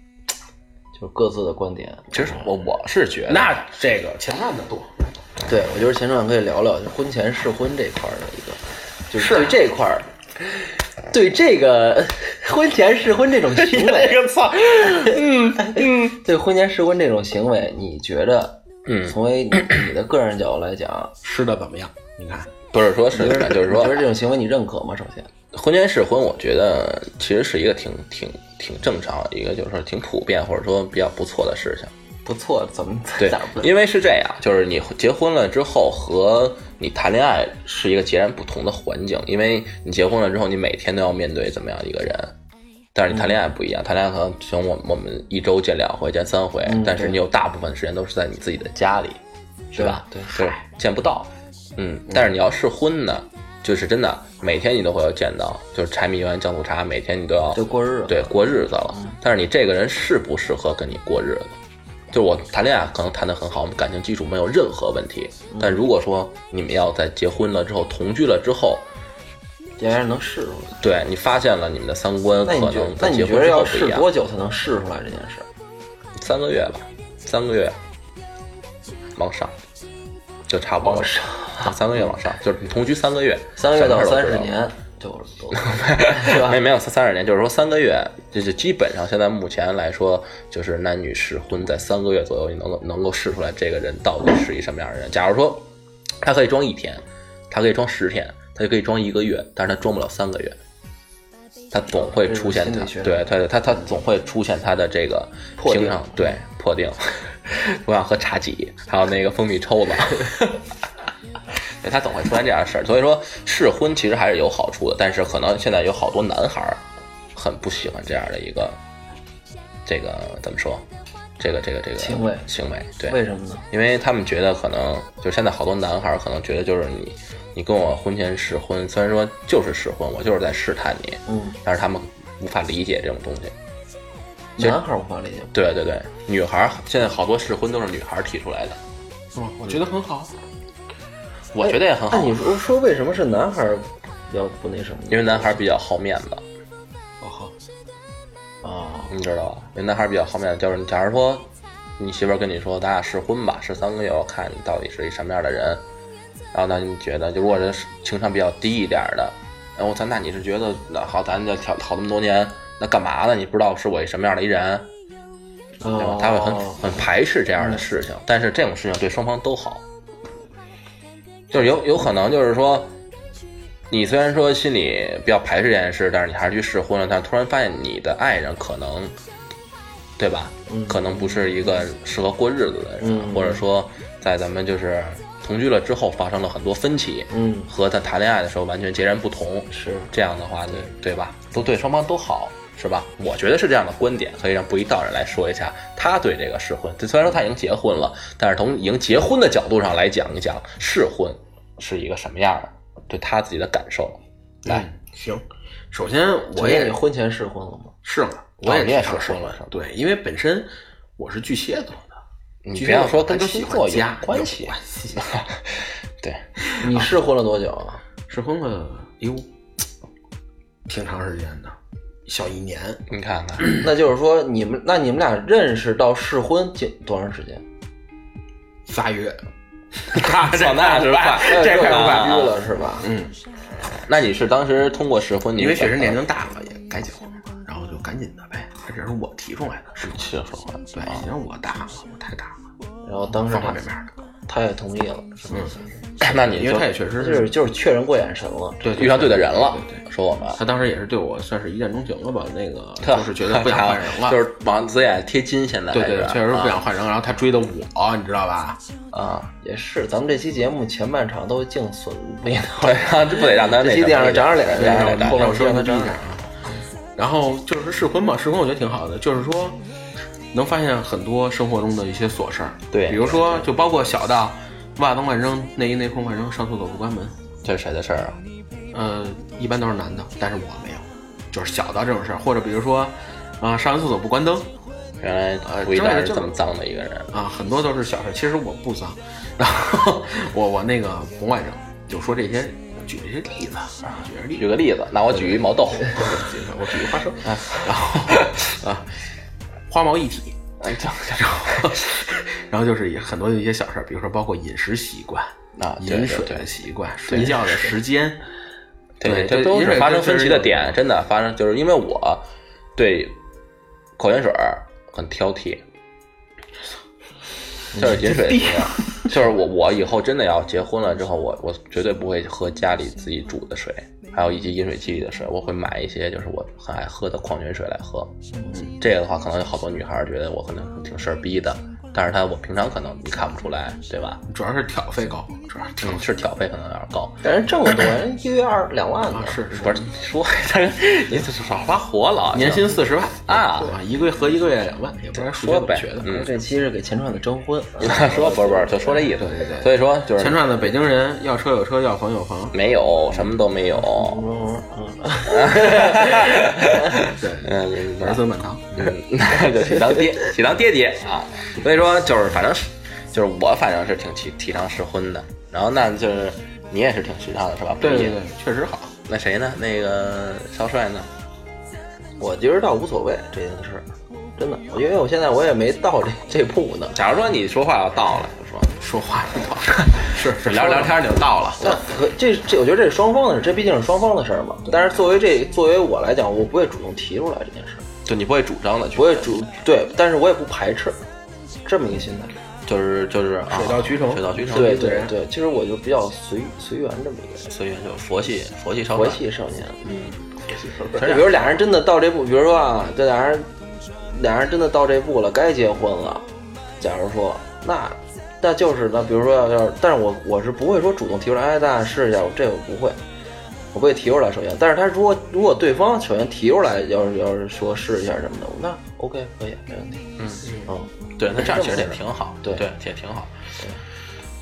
就是各自的观点。
其实我我是觉得，
那这个钱赚的多。
对我觉得前段可以聊聊就婚前试婚这块儿的一个，就是
啊
对这块儿，对这个婚前试婚这种
<laughs>
行
哎
为，
个
<laughs>
操，
嗯
对婚前试婚这种行为，你觉着，
嗯 <clears throat>
从为你你的个人角度来讲，
吃的怎么样？你看，
不是说是的，就是
你觉
说
得这种行为你认可吗？首先，
婚前试婚，我觉得其实是一个挺挺挺正常，一个就是说挺普遍或者说比较不错的事情。
不错，怎么
对
咋不，
因为是这样，就是你结婚了之后和你谈恋爱是一个截然不同的环境，因为你结婚了之后，你每天都要面对怎么样一个人，但是你谈恋爱不一样，谈恋爱可能从我我们一周见两回、见三回，
嗯
但是
对
你有大部分时间都是在你自己的家里，是啊吧？
对
对，见不到，嗯，但是你要试婚呢，就是真的每天你都会要见到，就是柴米油盐酱醋茶，每天你都要
就过日子，
对，过日子了。
嗯
但是你这个人适不适合跟你过日子？就我谈恋爱可能谈得很好，我们感情基础没有任何问题。
嗯
但如果说你们要在结婚了之后同居了之后，
这玩意儿能试出来。
对你发现了你们的三观
那
可
你觉得
能
那
在
你
结
觉
婚
得
之
要
后不
试
一样，
多久才能试出来这件事？
三个月吧，三个月往上就差不多了，三个月往上就是你同居三个月，
三个月到
什么
三
事儿都知
十
道
年就
<laughs>
都是吧
没？没有三三十年，就是说三个月，就是基本上现在目前来说，就是男女试婚在三个月左右，你能够能够试出来这个人到底是一什么样的人。假如说他可以装一天，他可以装十天，他就可以装一个月，但是他装不了三个月，他总会出现
这
他
是心理学
对他他他总会出现他的这个
破定
平常对破 <laughs> 定，我想喝茶几，还有那个蜂蜜抽子。对哎他总会出现这样的事儿。所以说试婚其实还是有好处的，但是可能现在有好多男孩儿很不喜欢这样的一个这个怎么说？这个这个这个
行为
行为对，
为什么呢？
因为他们觉得可能就是现在好多男孩儿可能觉得就是你你跟我婚前试婚，虽然说就是试婚，我就是在试探你，
嗯，
但是他们无法理解这种东西。实
男孩儿无法理解，
对对对，女孩儿现在好多试婚都是女孩儿提出来的，
嗯，我觉得很好。
我觉得也很
哎那
好，
你说说为什么是男孩儿比较不那什么呢？
因为男孩儿比较好面子。
哦好，
啊，
你知道吧？因为男孩比较好面子，就是假如说你媳妇儿跟你说咱俩试婚吧，试三个月，我看你到底是一什么样的人。然后呢，你觉得就如果人是情商比较低一点儿的，然后咱那你是觉得那好，咱就讨讨那么多年，那干嘛呢？你不知道是我一什么样的一人，对吧
哦？
他会很很排斥这样的事情，但是这种事情对双方都好，就是有有可能就是说。你虽然说心里比较排斥这件事，但是你还是去试婚了。但突然发现你的爱人可能对吧？
嗯
可能不是一个适合过日子的人，
嗯
或者说在咱们就是同居了之后发生了很多分歧，
嗯，
和他谈恋爱的时候完全截然不同。
是，
这样的话，对对吧？都对双方都好，是吧？我觉得是这样的观点，可以让不一道人来说一下他对这个试婚。这虽然说他已经结婚了，但是从已经结婚的角度上来讲一讲试婚是一个什么样的，对他自己的感受。来，
嗯行，首先我
我也
也
婚前试婚了吗？
试了，我也
你也
知道
是试
试
了是吧
对，因为本身我是巨蟹座的，
你
巨
不
蟹
要
座
说跟
他
星座
喜
有
欢家
关
有
系，
关啊
<laughs> 对，
你试婚了多久啊？
试婚了，哎呦，挺长时间的，小一年，
你看看，
那就是说你们那你们俩认识到试婚几多长时间？
<laughs>
仨月。
操那是吧？
这
太
太
快
逼
了
了是吧？
嗯，
那你是当时通过试婚，你
因为
是怎
确实
么
年龄大了，也该结婚了，然后就赶紧的呗。这是我提出来的，是
是啊嗯说话
对，你让我大了，我太大了，
然后当时
方方
他
面面的。
他也同意了，是吧？
<laughs> 那你
因为
就
他也确实
就是就是确认过眼神了，
对
遇上对的人了
对对。
说我们
他当时也是对我算是一见钟情了吧？那个
特
就是觉得不想
<laughs>
换人了，
就是往自己眼贴金。现在
对
是
对，对确实不想换人。然后他追的我，你知道吧？
啊，
也是。咱们这期节目前半场都净损那
对
个，
啊，这不得让他那
这期得让他长长脸
对
然
让
后
他长
后
脸
面
我说
让他
第一
长
点啊。然后就是试婚嘛，试婚我觉得挺好的，就是说能发现很多生活中的一些琐事儿，
对
比如说就包括小到袜子乱扔、内衣内裤乱扔、上厕所不关门，
这是谁的事儿啊？
呃，一般都是男的，但是我没有，就是小到这种事儿，或者比如说，啊、上完厕所不关灯，
哎原来
呃
吴一
这
丹
个
是
就
这么脏的一个人，
啊，很多都是小事儿。其实我不脏， <laughs> 然后我我那个不外甥，就说这些，举这些例子，啊，举这例
举
子，
个例子，那我举一毛豆，啊
我举个花生，然后啊，花毛一体，
<laughs> 哎这这
然后然后就是也很多的一些小事儿，比如说包括饮食习惯
啊对
饮
对
水
对
的习惯、睡觉的时间，
对，
这
这都
饮
是
水
发
跟
生分歧
确实
的
有
点，真的发生就是因为我对矿泉水儿很挑 <laughs> 剔，就是饮水，啊就是我我以后真的要结婚了之后，我我绝对不会喝家里自己煮的水，还有以及饮水机里的水，我会买一些就是我很爱喝的矿泉水来喝。
嗯
这个的话，可能有好多女孩儿觉得我可能挺事儿逼的，但是她我平常可能你看不出来，对吧？
主要是挑费高，主要是挑
嗯，是调配可能有点高，
但是挣得多，人一个月二两万呢
啊，。是是
嗯不是你说 <laughs> 但是你少发火了，
年薪四十万
啊
对吧一个月合一个月两万，也不是数
说
学怎么
呗
学的。
嗯
这期是给钱川的征婚，啊
你看说不是不是，就说这意思。
对对对
所以说就是
前传的北京人要车有车，要房有房。
没有什么都没有。 <laughs>
嗯
对，
嗯，你
儿孙满堂。
嗯，那就去当爹，去当爹爹啊。所以说就是反正是，就是我反正是挺提提倡试婚的。然后那就是你也是挺提倡的是吧？
对
不
对
一
对，确实好。
那谁呢？那个少帅呢？
我觉得倒无所谓这件事儿，真的，因为我现在我也没到这这步呢。
假如说你说话要到了，就说
说话就
<laughs>
到，是是
聊着聊天
就到了。
那可这这，我觉得这是双方的事，这毕竟是双方的事儿嘛。但是作为这作为我来讲，我不会主动提出来这件事儿，
就你不会主张的去，
不会主对，但是我也不排斥这么一个心态。
就是就是啊
水到渠成
水到渠成。
对
对
对对，其实我就比较随随缘这么一个人，
所以就是佛系佛系少
佛
帅。
系少年。嗯，
其实
<laughs> 比如俩人真的到这步，比如说啊，这俩人俩人真的到这步了，该结婚了。假如说，那那就是那，比如说要要，但是我我是不会说主动提出来，哎，咱俩试一下，我这我不会，我不会提出来。首先，但是他如果如果对方首先提出来，要是要是说试一下什么的，那 OK 可以没问题。
嗯
嗯，
对，那这样其实也挺好，
对
对，也挺好
对。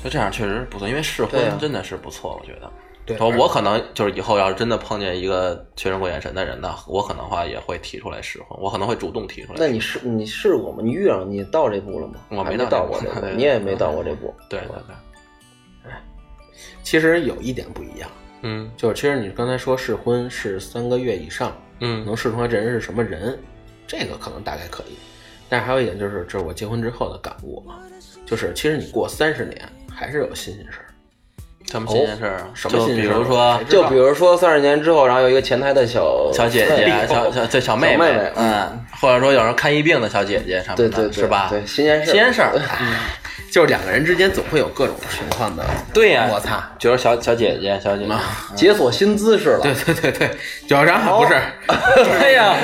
就这样确实不错，因为试
对啊
婚真的是不错，我觉得。
对
我我可能就是以后要是真的碰见一个确认过眼神的人呢，我可能话也会提出来试婚，我可能会主动提出来。
那你试你试过吗？你遇上你到这步了吗？
我
还
没到
没
这
到
步
过这步
对，
你也没到过这步。哦
对对对，
其实有一点不一样，
嗯
就是其实你刚才说试婚是三个月以上，
嗯
能试出来这人是什么人，这个可能大概可以。但是还有一点就是，这是我结婚之后的感悟啊，就是其实你过三十年还是有新鲜事儿。
什
哦
么新鲜事儿啊？
什么
就
新
比
鲜事儿
如说
谁知道
就比如说三十年之后，然后有一个前台的小
小姐姐、小小这小妹
哎小妹妹
嗯，或者说有人看一病的小姐姐什
对
么
对
的，
对，
是吧？
对，新鲜事儿，
新鲜事儿，
就是两个人之间总会有各种情况的
对呀，
摩擦。
就是小小姐姐、小
嗯
姐姐，
解锁新姿势了。
<laughs> 对对对对，脚上不是，
啊
对呀，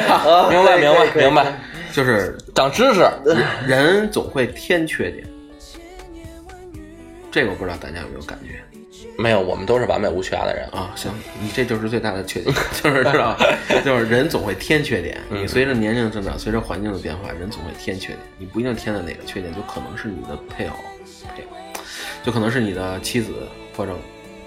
明白明白明白，
就是
长知识，
人总会添缺点，这个我不知道大家有没有感觉
没有，我们都是完美无缺的人。
啊？行，你这就是最大的缺点，就是知道吧，就是人总会添缺点。你随着年龄的增长，随着环境的变化，人总会添缺点。你不一定添的哪个缺点，就可能是你的配偶、配偶，就可能是你的妻子或者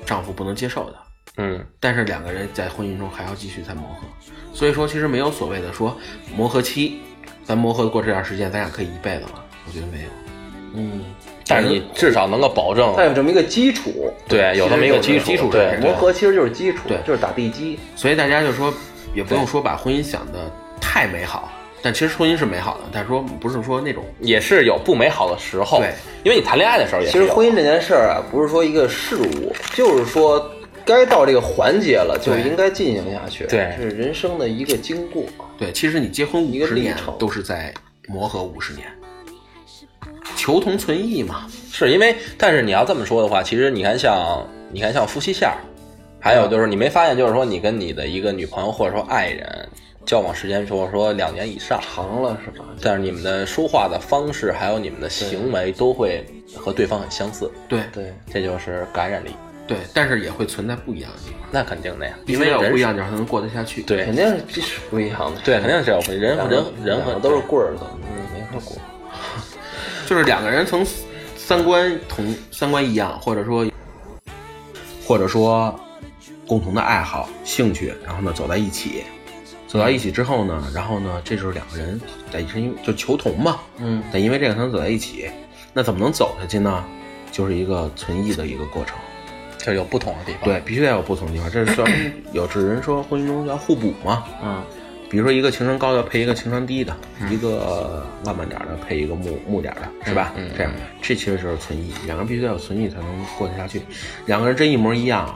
丈夫不能接受的。
嗯，
但是两个人在婚姻中还要继续再磨合，所以说其实没有所谓的说磨合期，咱磨合过这段时间，咱俩可以一辈子了，我觉得没有。
嗯，
但是你至少能够保证，
它有这么一个基础，
对，有这么一个基础，
基础
对
上
对
磨合其实就是基础，
对
就是打地基。
所以大家就说，也不用说把婚姻想的太美好，但其实婚姻是美好的，但是说不是说那种
也是有不美好的时候
对，
因为你谈恋爱的时候也
其
是
实
有
婚姻这件事儿啊，不是说一个事物，就是说该到这个环节了，就应该进行下去。
对
是人生的一个经过。
对，其实你结婚
一
五
个
十
历
年
程
都是在磨合五十年，求同存异嘛。
是因为，但是你要这么说的话，其实你看像你看像夫妻线儿，还有就是你没发现，就是说你跟你的一个女朋友或者说爱人交往时间说说两年以上，
长了是吧？
但是你们的说话的方式还有你们的行为都会和对方很相似，
对
对，
这就是感染力，
对，但是也会存在不一样的地方，
那肯定的呀，
必
因
须
为
要有
人
不一
是
样的地方才能过得下去。，
对
肯定是这是不一样的。
对，肯定是有不一人和
两个，
人人
两
和
个都是棍儿的，没法过。
就是两个人从三观同三观一样，或者说或者说共同的爱好、兴趣，然后呢走在一起。走到一起之后呢，然后呢，这就是两个人在一起，因为就求同嘛，
嗯，
得因为这个才能走在一起。那怎么能走下去呢？就是一个存异的一个过程。
就是有不同的地方，
对，必须得有不同的地方。这
<coughs>
是说有的人说婚姻中要互补嘛，
嗯，
比如说一个情商高的配一个情商低的，
嗯
一个浪漫点儿的配一个木木点儿的，是吧？
嗯嗯
这样，这其实就是存异，两个人必须得有存异才能过得下去。两个人真一模一样，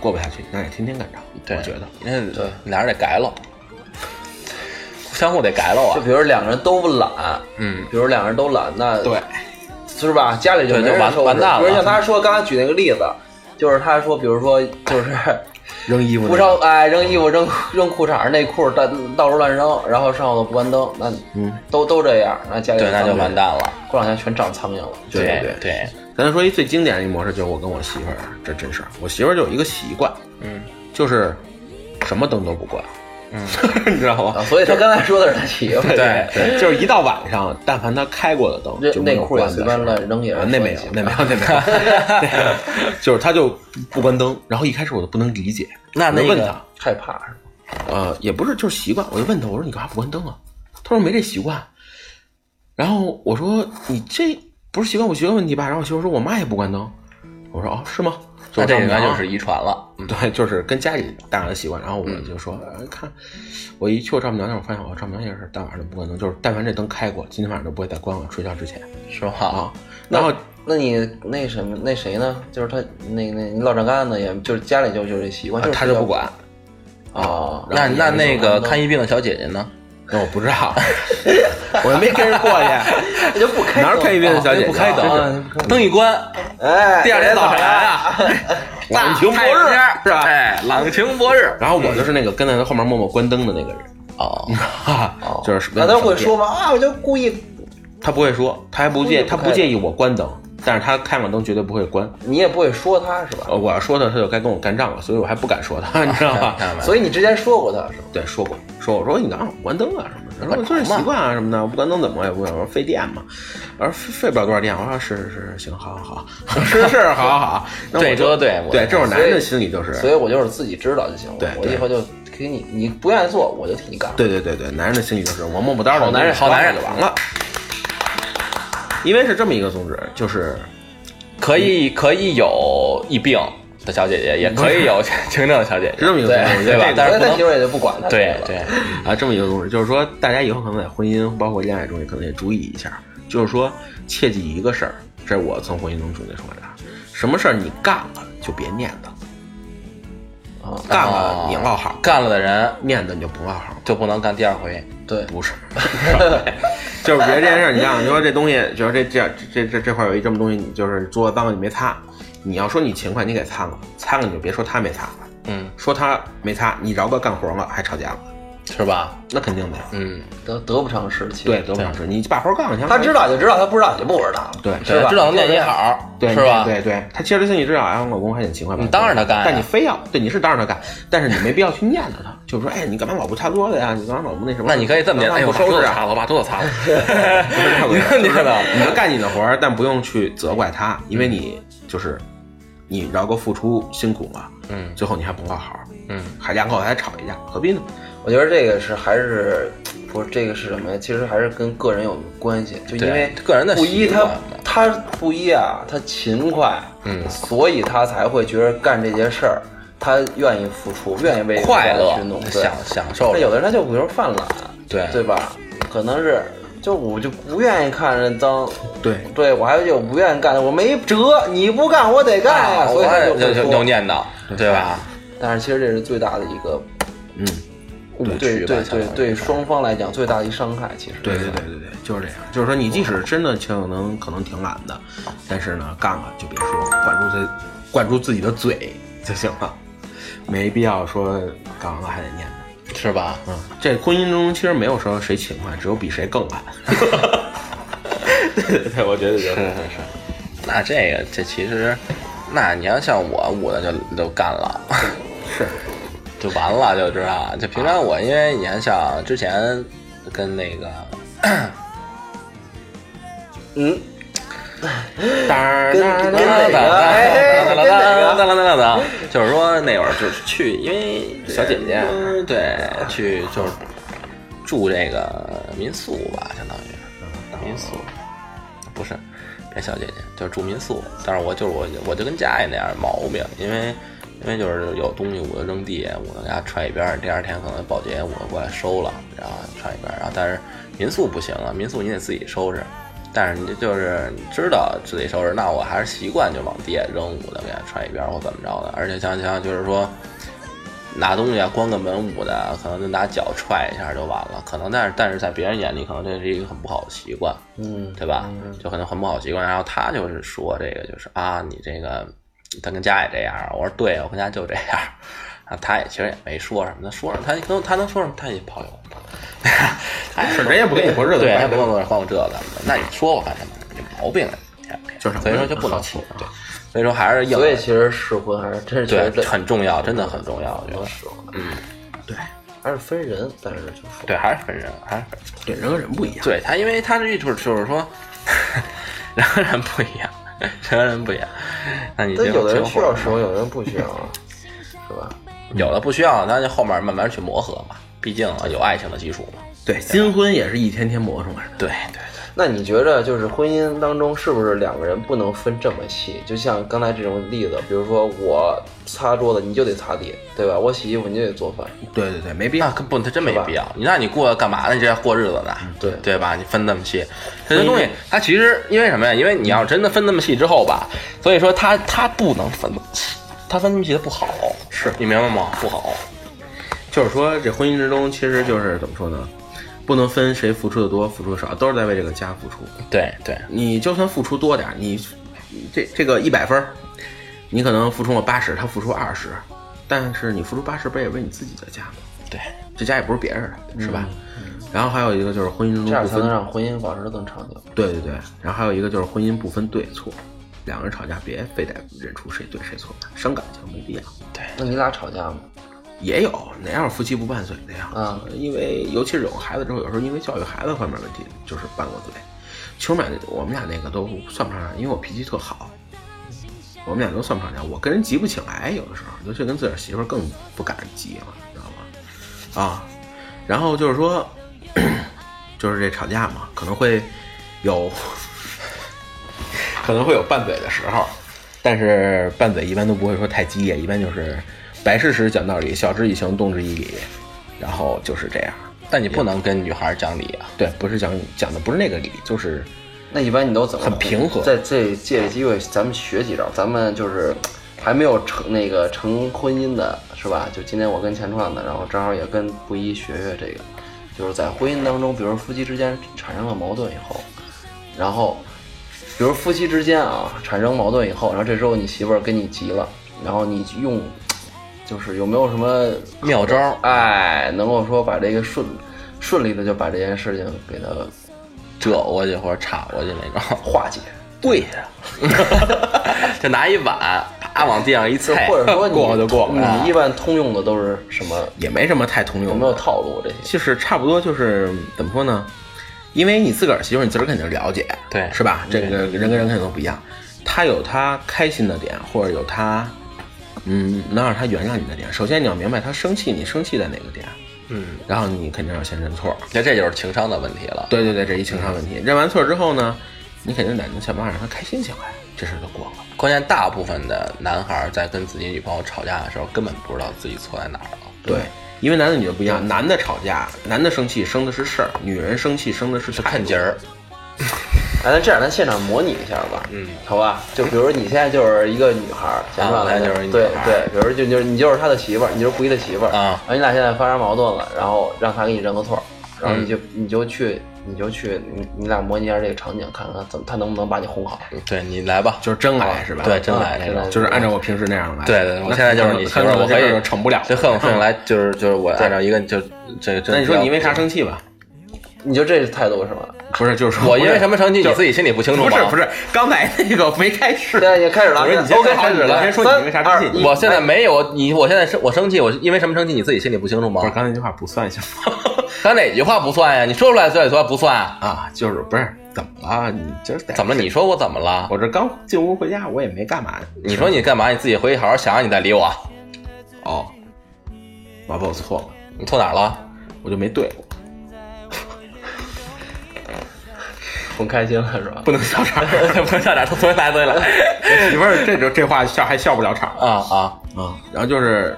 过不下去，那也天天干仗。
对，
我觉得，
那对俩人得改了，相互得改了啊
就，比如两个人都懒，
嗯，
比如两个人都懒，那
对，
是吧？家里就
对
没人
就完
收拾
完蛋了
比如像他说刚才举那个例子，就是他说，比如说就是。
扔衣服
不
那个，
烧哎，扔衣服扔扔裤衩内裤到到处乱扔，然后上厕所不关灯，那
嗯，
都都这样，那家里
对，那就完
了。
蛋了，
过两天全长苍蝇了。
对对
对
对咱就说一最经典的一模式，就是我跟我媳妇儿，这真事儿。我媳妇儿就有一个习惯，
嗯
就是什么灯都不关，
嗯。
<laughs> 你知道吗？
啊，所以他刚才说的是他媳妇儿。
对
对， <laughs> 就是一到晚上，但凡他开过的灯，
这
就
内裤也随便乱扔也
啊那没有，那没有，那没有，
<laughs>
<laughs> 就是他就不关灯。然后一开始我都不能理解，
那那
我就问
个
他，
害怕是吧？
呃，也不是就是习惯，我就问他，我说你干嘛不关灯啊？他说没这习惯。然后我说你这不是习惯不习惯问题吧？然后我媳妇说我妈也不关灯。我说哦是吗？
那这
我
应
丈
该
母
就
娘
是遗传了。嗯，
<laughs> 对，就是跟家里大人的习惯。然后我就说，呃看我一去我丈母娘那儿，我发现我丈母娘也是大晚上都不关灯，就是但凡这灯开过，今天晚上都不会再关了，睡觉之前
是吧？
啊。然后
那你那什么那谁呢？就是他那那你老丈干呢，也就是家里就就这习惯，
呃
是
他就
<laughs>
不管，
啊。
那
然后
那那个看
也
医病的小姐姐呢？
那我不知道， <laughs> 我没跟人过去，
就不开灯，
哪儿开一遍的小姐姐
不开
啊
灯，灯一关，
哎，
第二天早
早
上来啊， <laughs>
朗
朗
晴
晴
博
博
日
日
是吧
哎，朗晴博日。
然后我就是那个跟在他后面默默关灯的那个人，
<laughs> 哦，
哈哈，就是
那他会，说吗？啊，我就故意，
他不会说，他还不介，
故意不
他不
开
介意我关灯，但是他开完灯绝对不会关。
你也不会说他是吧？
呃我要说他，他就该跟我干仗了，所以我还不敢说他，你知道
<laughs>
吧？
所以你之前说过他是吧？
对，说过，说我说你干嘛不关灯啊什么的，然后我就是习惯啊什么的，我不关灯怎么也不我说费电嘛，我说费费不了多少电，我说是是是，行，好好好， <laughs> 是是，好好好，那
对
我就
这对我
对，这种男
所
人
以
心里就是，
所以我就是自己知道就行了。
对
我
对
以后就给你，你不愿意做，我就替你干。
对对对对，男人的心里就是我磨磨叨叨，
好男人
你管
好男人
我就完了，因为是这么一个宗旨，就是
可以可以有疫病的小姐姐，也可以有轻症的小姐
嗯是
姐
这。么一个宗旨，我觉
对
得
吧
这个
但是
所以
不
他
能
媳妇也就不管他了。
对对，
啊，这么一个东西，就是说大家以后可能在婚姻，包括恋爱中，也可能也注意一下，就是说切记一个事儿，这是我从婚姻中总结出来的啊，什么事儿你干了就别念叨，
啊
干了你落好，
干了的人
念叨你就不落好，
就不能干第二回。
对，
不是， <laughs> 就是别这件事儿，你想想，你说这东西，就是这这样这这这块儿有一这么东西，你就是桌子脏了你没擦，你要说你勤快，你给擦了，擦了你就别说他没擦了，
嗯，
说他没擦，你饶个干活了还吵架了，
是吧？
那肯定的呀。
嗯，
得得不偿失。其实
对，，得不偿失。你把活干了，
他知道就知道，他不知道也不知道。
对
是吧？
知道能对
对
你，好，
对，
是吧？
对对，他七十岁你知道，哎，我老公还挺勤快吧？
你当然他干呀
但你非要对你是当然他干，但是你没必要去念叨他，就是说，哎，你干嘛老不擦桌子呀？你干嘛老不那什么？
那你可以这么念，
干嘛
哎呦，
不
我把
收
桌
拾
子
啊？
擦了，我把桌子擦了。
<laughs> 不
<laughs>
是
你看到
你能干你的活儿，但不用去责怪他，因为你就是你饶过付出辛苦了，
嗯
最后你还不画好，
嗯，
还两口子还吵一架，何必呢？
我觉得这个是还是不是这个是什么呀？其实还是跟个人有关系，就因为
对个人的
布衣
习
他
惯嘛
他布衣啊，他勤快，
嗯
所以他才会觉得干这件事儿，他愿意付出，愿意为
快乐
去弄，对
享享受
哎
那。有的人他就比如犯懒，
对
对吧？可能是就我就不愿意看着脏，
对
对我还有不愿意干的，我没辙，你不干我得
哎
干呀，
啊
所以他
我
就
就
会
就
说
就念叨，对吧？
但是其实这是最大的一个，
嗯，
对
曲
对
吧相
对
当
对
于
对，
是
双方来讲最大的一伤害，其实
对对对对对，就是这样。就是说，你即使真的挺有能可能挺懒的，但是呢，干了就别说，管住自管住自己的嘴就行了，没必要说干完了还得念叨。
是吧？
嗯，这婚姻中其实没有说谁勤快，只有比谁更懒。 <laughs> 对对对，我觉得就是
那这个这其实，那你要像我，我那就就干了，
<laughs> 是
就完了，就知道。就平常我因为以前像之前跟那个
嗯，
当然
跟跟
哒
哪
哒
个
哒
<laughs> 哎
哒哒
跟哪
哒
个
哒哒哒
<laughs>
哒，就是说那会儿就是去，因为
小姐
啊
姐
嗯对，去就是住这个民宿吧，相当于
嗯
是民宿，不是别小姐姐，就是住民宿。但是我就是我我就跟家里那样毛病，因为因为就是有东西我就扔地，我就给它踹一边儿，第二天可能保洁我就过来收了，然后踹一边儿，然后但是民宿不行啊，民宿你得自己收拾。但是你就是你知道自己收拾，那我还是习惯就往地下扔，我的给它踹一边儿或怎么着的。而且像像就是说，拿东西啊，关个门捂的，可能就拿脚踹一下就完了。可能但是但是在别人眼里，可能这是一个很不好的习惯，
嗯，
对吧？就可能很不好的习惯。然后他就是说这个就是啊，你这个他跟家也这样。我说对，我跟家就这样。 <laughs> 啊，他也其实也没说什么，他说什么他能他能说什么，他也跑友。 <laughs>
是，人家不给你过日子，
对，
白
他
给
不用管我这个，那你说我干什么？有毛病啊！你
就是
所以说就不能请，对，所以说还是硬，
啊所以其实试婚还是真是觉
对
得
很重要，真的很重要，我觉得
能使唤，嗯，对，还是分人，但是就说
对，还是分人，还是分人。
对人和人不一样。
对他，因为他这就是就是说， <laughs> 人和人不一样，人和人不一样。那你
但
结
有的人
结
需
婚
要使唤，有的人不需要，啊是吧？
有的不需要，那就后面慢慢去磨合嘛，毕竟啊有爱情的基础嘛。
对，新婚也是一天天磨出来的。
对对
那你觉着就是婚姻当中是不是两个人不能分这么细？就像刚才这种例子，比如说我擦桌子你就得擦地，对吧？我洗衣服你就得做饭，
嗯
对对对，没必
对，
要
那。根本他真没
是吧嗯
必要。你让你过干嘛呢？你这过日子呢？
对
对吧？你分那么细，这些东西它其实因为什么呀？因为你要真的分那么细之后吧，所以说它它不能分那么细，它分那么细它不好，
是
你明白吗？不好，
就是说，这婚姻之中，其实就是怎么说呢？不能分谁付出的多，付出的少，都是在为这个家付出。
对对
你就算付出多点儿，你你这这个一百分儿，你可能付出了八十，他付出二十，但是你付出八十，不也为你自己的家吗？
对，
这家也不是别人的，是吧？然后还有一个就是婚姻
嗯这
之中
样
不
才能
分，
让婚姻保持得更长久。
对对对，然后还有一个就是婚姻不分对错，两个人吵架别非得认出谁对谁错，伤感情没必要。
那你俩吵架吗？
也有哪有夫妻不拌嘴的呀？
啊，
因为尤其是有孩子之后，有时候因为教育孩子方面问题，就是拌过嘴。球买我们俩那个都算不上啥，因为我脾气特好，我们俩都算不上啥。我跟人急不起来，有的时候，尤其跟自个儿媳妇儿更不敢急了，你知道吗？啊，然后就是说， <clears throat> 就是这吵架嘛，可能会有，可能会有拌嘴的时候，但是拌嘴一般都不会说太激烈，一般就是白事实讲道理，晓之以情，动之以理，然后就是这样。
但你不能跟女孩讲理啊。
对，不是讲讲的不是那个理，就是
那一般你都怎么
很平和
在这借着机会，咱们学几招，咱们就是还没有成那个成婚姻的是吧？就今天我跟钱创的，然后正好也跟布衣学学这个，就是在婚姻当中，比如夫妻之间产生了矛盾以后，然后比如夫妻之间啊产生矛盾以后，然后这时候你媳妇儿跟你急了，然后你用就是有没有什么
妙招儿，
哎，能够说把这个顺顺利的就把这件事情给它
折过去或者插过去那种。
<laughs> 化解，
跪
<laughs>
下，就拿一碗，啪往地上一
就
踩，
或者说你
<laughs> 过就过啊了。
你一般通用的都是什么？
也没什么太通
有
用
没有
的，
套路这些？
就是差不多就是怎么说呢？因为你自个儿媳妇儿，你自个儿肯定了解，
对
是吧？这个人跟人肯定都不一样，她有她开心的点，或者有她，嗯，能让她原谅你的点。首先你要明白她生气，你生气在哪个点，
嗯，
然后你肯定要先认错。
那这就是情商的问题了。
对对对，这一情商问题。认完错之后呢，你肯定得能想办法让她开心起来，这事儿就过了。
关键大部分的男孩儿在跟自己女朋友吵架的时候，根本不知道自己错在哪儿了。
对，因为男的女的不一样，男的吵架，男的生气生的是事儿，女人生气生的是是
看节儿，
哎，那这样咱现场模拟一下吧，
嗯，
好吧？就比如说你现在就是一个女孩儿，想
啊我
法
现在就是一女
对
孩儿
对，比如就就是你就是他的媳妇儿，你就是不义的媳妇儿
嗯
啊
然后你俩现在发生矛盾了，然后让他给你认个错儿，然后
嗯
你就你就去你就去你你俩模拟一下这个场景，看看怎么他能不能把你哄好。
对你来吧，
就是真来是吧？
对，真来那
真来
种。
就是按照啊我平时那样来。
对对，我现在就是你媳妇
那
儿，我可以
就成不了。
就恨不得来，就是就是我按照一个就这这。
那你说你因为啥生气吧？
你就这态度是吗？
不是，就是说
我因为什
么？
么成绩，你自己心里不清楚
不
吗？
是不是，刚才那个没开始。
现在也开始了，
我说你先
OK，
开始
好
了，先说你因为啥生
三二
气。
一
我现在没有你，我现在生我生气，我因为什么生气，你自己心里不清楚吗
不是？刚才那句话不算行吗？
咱哪句话不算呀？你说出来算算不算？
啊，就是不是怎么了？你今儿在
怎么了？你说我怎么了？
我这刚进屋回家，我也没干嘛。
你说你干嘛？你自己回去好好想想，你再理我。
哦，老婆，我错了，
你错哪儿了？
我就没对过，
很开心了是吧？
不能笑
<laughs>
场。 <laughs>
不是笑点，重新来，重新来。
媳妇儿，这就这话笑还笑不了场
啊啊！
啊。然后就是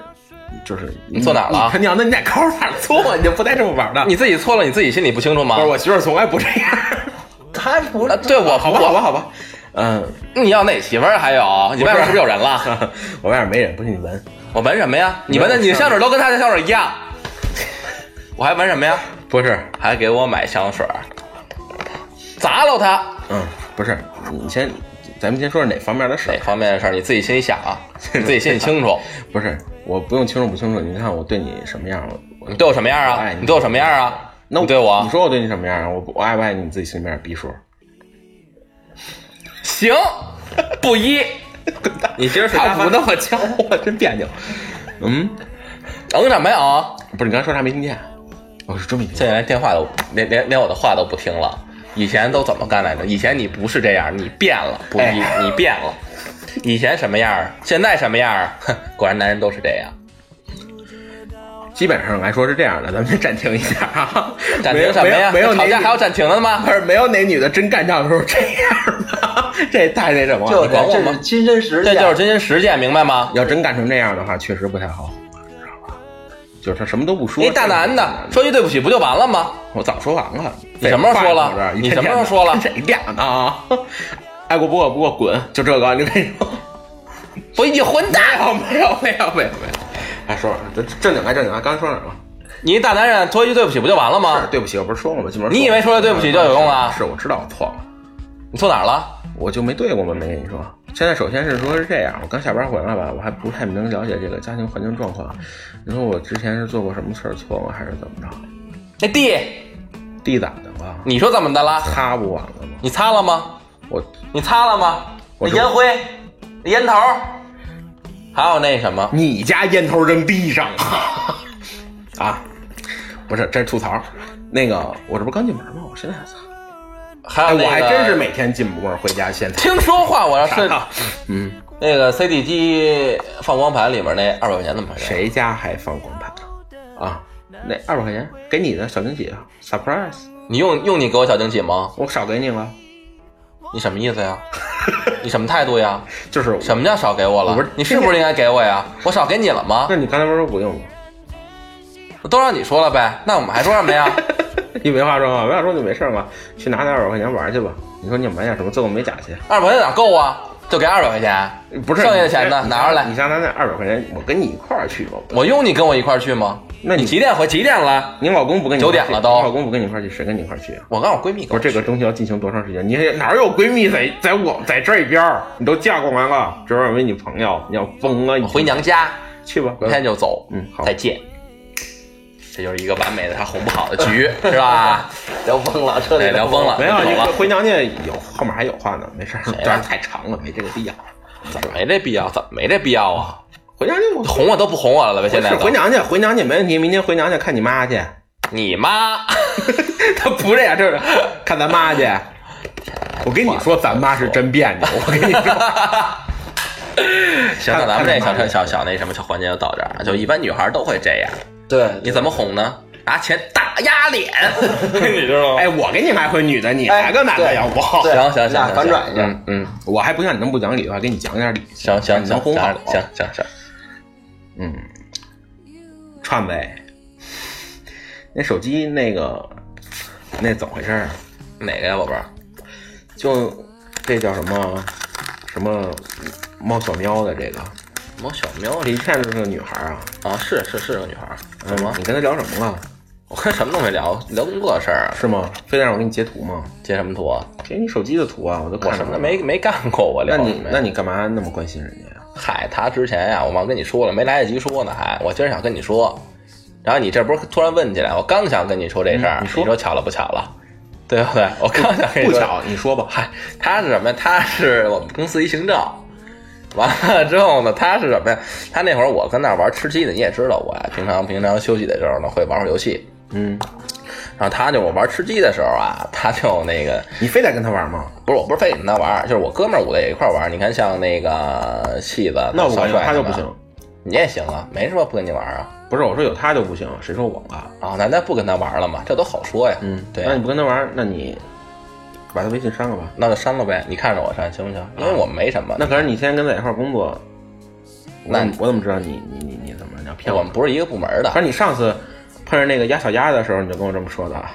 就是你
坐哪儿了
你他娘的，你在考场错，你就不带这么玩的。
你自己错了，你自己心里不清楚吗
不是？我媳妇儿从来不这样。
他不
啊
是
对我，
好吧，好吧，好吧，嗯， <laughs>
你要哪媳妇儿？还有你外面是不是有人了？
我外面没人，不信你闻。
我闻什么呀？你闻的你的香水都跟他的香水一样， <laughs> 我还闻什么呀？
不是，
还给我买香水儿，砸了他！
嗯，不是，你先，咱们先说说哪方面的事
哪
儿。
方面的事儿你自己心里想啊，你自己心里清 <laughs> 楚。
不是，我不用清楚不清楚，你看我对你什么样，我
你对我什么样
我
啊
爱？你
你对我什么样啊？
那
你对我
你说我对你什么样，我不我爱不爱你，你自己心里面逼数。
行，不一。你今儿睡沙
他
发
不那么教我，真别扭。嗯，
<laughs> 嗯什么呀？嗯
不是，你刚才说啥没听见？我是真没听
现
见。
在连电话都连连连我的话都不听了。以前都怎么干来着？以前你不是这样，你变了，不一，
哎
你变了。以前什么样儿，现在什么样儿？ <laughs> 哼，果然男人都是这样。
基本上来说是这样的，咱们先暂停一下啊。
<laughs> 暂停什么呀？
没有没有
吵
哪
架
女
还要暂停的吗
不？是没有哪女的真干仗的时候这样的，这也太那什么了。
就
你管我
这
吗
是亲身实
这
践，
就是真心实践，明白吗？
要真干成这样的话，确实不太好哄，知道吧？就是他什么都不说。
一大男的说句对不起不就完了吗？
我早说完了。
你什么时候说了
废话我这
你什么时候说了
一天天的 <laughs> 跟谁俩呢？啊？爱国不过不过滚，就这个，你跟你说。 <laughs>
不，你混蛋！
哎没有没有没有没有没有。哎，说正正经来正经来，刚才说哪儿了？
你一大男人说一句对不起不就完了
是
吗？
对不起，我不是说了吗？进门
啊你以为说了对不起就有用了
是，我知道我错了，
你错哪儿了？
我就没对过嘛，没跟你说。现在首先是说是这样，我刚下班回来吧，我还不太能了解这个家庭环境状况。你说我之前是做过什么事儿错误，还是怎么着？
那弟，
地咋的了？
你说怎么的了？
擦不完了吗？
你擦了吗？
我
你擦了吗？
我
那
知道
烟灰、那烟头，还有那什么？
你家烟头扔地上了 <laughs> 啊？不是，这是吐槽。那个，我这不刚进门吗？我现在操，
还
哎，
啊有那个，
我还真是每天进门回家现在。
听说话，我要
<laughs>
是
啊嗯，
那个 CD 机放光盘里面那二百块钱怎么回事？
谁家还放光盘啊？啊，那二百块钱给你的小惊喜啊，surprise，
你用用你给我小惊喜吗？
我少给你了。
你什么意思
<laughs>
呀？你什么态度呀？
就是我，
什么叫少给我了？
我不是
你是不是应该给我呀？我少给你了
<laughs>
吗？
那你刚才不是说不用吗？
都让你说了呗，那我们还说什
<laughs>
么呀？
你没化妆啊？没化妆就没事嘛，去拿那二百块钱玩去吧。你说你买点什么自动美甲去？
二百块钱哪够啊？就给二百块钱，
不是
剩下的钱呢？
你
拿出
你
来，
像他那二百块钱，我跟你一块儿去吧。
我用你跟我一块儿去吗？
那你
你几点回？几点来？
你老公不跟你
九点了都
你老公不跟你一块儿去，谁跟你一块儿去啊？
我跟我闺蜜跟
不
我
是这个东西要进行多长时间？你还哪有闺蜜在在我在这边儿？你都嫁过来了，这玩意儿为你朋友，你要疯啊！你
回娘家，
去吧，
明天就走，
嗯好
再见。这就是一个完美的他哄不好的局，是吧？
聊疯了，彻底
对，哎聊疯了，
啊没有，
走
你
了，
回娘家有后面还有话呢，没事儿，
呀
这样太长了，没这个必要。
怎么没这必要？怎么没这必要啊？
回娘家我
哄我都不哄我了呗，现在
是
都
回娘家，回娘家没问题，明天回娘家看你妈去。
你妈，
他不这样，就是看咱妈去。我跟你说，咱妈是真别扭。我跟
<laughs>
你说，
行，那咱们这小小小小那什么小环节就到这儿啊，就一般女孩都会这样，
对，
你怎么哄呢？拿钱打压
<laughs>
脸，你知道？
哎，我给你买回女的，你
哎
来个男的，
对
要不好？
对
行行行
那
行，
反转一下
嗯嗯，
我还不像你那么不讲理的话，给你讲点理。
行行
你
行
能哄
行
好
行行行，
嗯，串呗。那手机那个那怎么回事儿啊？
哪个呀，宝贝儿？
就这叫什么什么猫小喵的这个，
猫小喵
这一看就是个女孩儿啊。
啊，是是是个女孩儿，
嗯
怎么？
你跟她聊什么了？
我看什么都没聊，聊工作的事儿啊，
是吗？非得让我给你截图吗？
截什么图啊？
给你手机的图啊，我都看
我
着
什么都
了
没没干过，我
那
聊
你
什么呀
那你干嘛那么关心人家呀？
嗨，他之前呀、我忘跟你说了，没来得及说呢，还我今儿想跟你说，然后你这不是突然问起来，我刚想跟你说这事儿、
嗯
你
你说
巧了不巧了，对不对？我刚想跟你
不
说，
巧，你说吧。
嗨，他是什么呀？他是我们公司一行政。完了之后呢，他是什么呀？他那会儿我跟那儿玩吃鸡呢，你也知道我呀，平常平常休息的时候呢，会玩会儿游戏。
嗯，
然后他就我玩吃鸡的时候啊，他就那个
你非得跟他玩吗？
不是，我不是非得跟他玩儿，就是我哥们儿五个也一块儿玩儿。你看，像那个戏子，
那我
小
不行，
帅
他就不
们，
行。
你也行啊，没什么不跟你玩儿啊。
不是，我说有他就不行，谁说我了？
啊，咱咱不跟他玩儿了嘛，这都好说呀。
嗯，
对
那
啊
你，不跟他玩，那你把他微信删了吧。
那就删了呗。你看着我删行不行？因为我们没什么，
啊那可是你天天跟在一块儿工作，我
那
怎么我怎么知道你你你你怎么你要骗
我
我
们？不是一个部门的
可。是你上次碰上那个压小鸭的时候，你就跟我这么说的，啊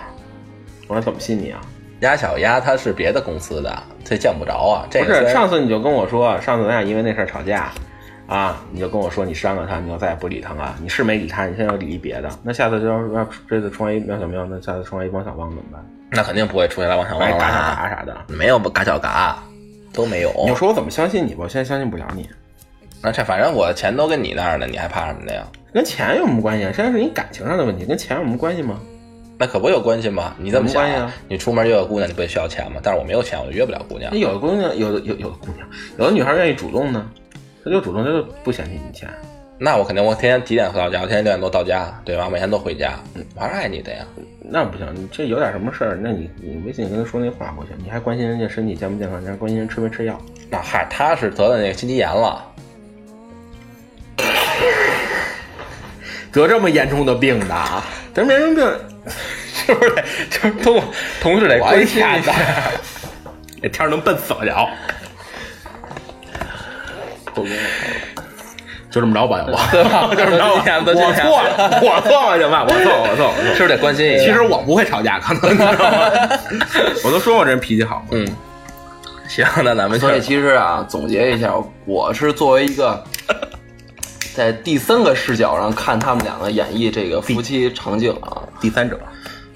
我还怎么信你啊？
鸭小鸭他是别的公司的，这见不着啊。这
不
个虽
是，
然
上次你就跟我说，上次咱俩因为那事儿吵架，啊，你就跟我说你删了他，你要再也不理他了。你是没理他，你现在要理一别的，那下次就要要这次冲来一喵小喵，那下次冲来一汪小汪怎么办？
那肯定不会出现来往上
万
望
一
了
哎打小
啊，
打啥的。
没有不嘎小嘎，都没有。
你说我怎么相信你吧？我现在相信不了你，
那这反正我的钱都跟你那儿呢，你还怕什么的呀？
跟钱有什么关系？啊现在是你感情上的问题，跟钱有什么关系吗？
那可不有关系吗？你这么
有
想
关系
啊、
啊
你出门约个姑娘，你不也需要钱吗？但是我没有钱，我就约不了姑娘
那。有的姑娘，有的有有的姑娘，有的女孩愿意主动呢，她就主动，她就不嫌弃你钱。
那我肯定，我天天几点回到家？我天天六点多到家，对吧？我每天都回家，嗯我还是爱你的呀。
那不行，你这有点什么事儿，那你你微信跟她说那话不行，你还关心人家身体健不健康，你还关心人吃没吃药。
那嗨，他是得了那个心肌炎了，
得这么严重的病的啊？得这么严重病，是不是得就是同同事得
我
关
一
心
下
一
子
下？ <laughs> 这天儿能奔死我了，就这么着吧，要
<laughs>
不
对吧？就
就这么着吧。
是
我错了，我错了，行吧，我错了，我错了，
<laughs> 是
我错
不
了。
是得关心一下？
其实我不会吵架，可能你知道吗？ <laughs> 我都说我这人脾气好，
嗯， <laughs> 行，那咱们就
所以其实啊，总结一下，我是作为一 <laughs> 个在第三个视角上看他们两个演绎这个夫妻场景啊，
第三者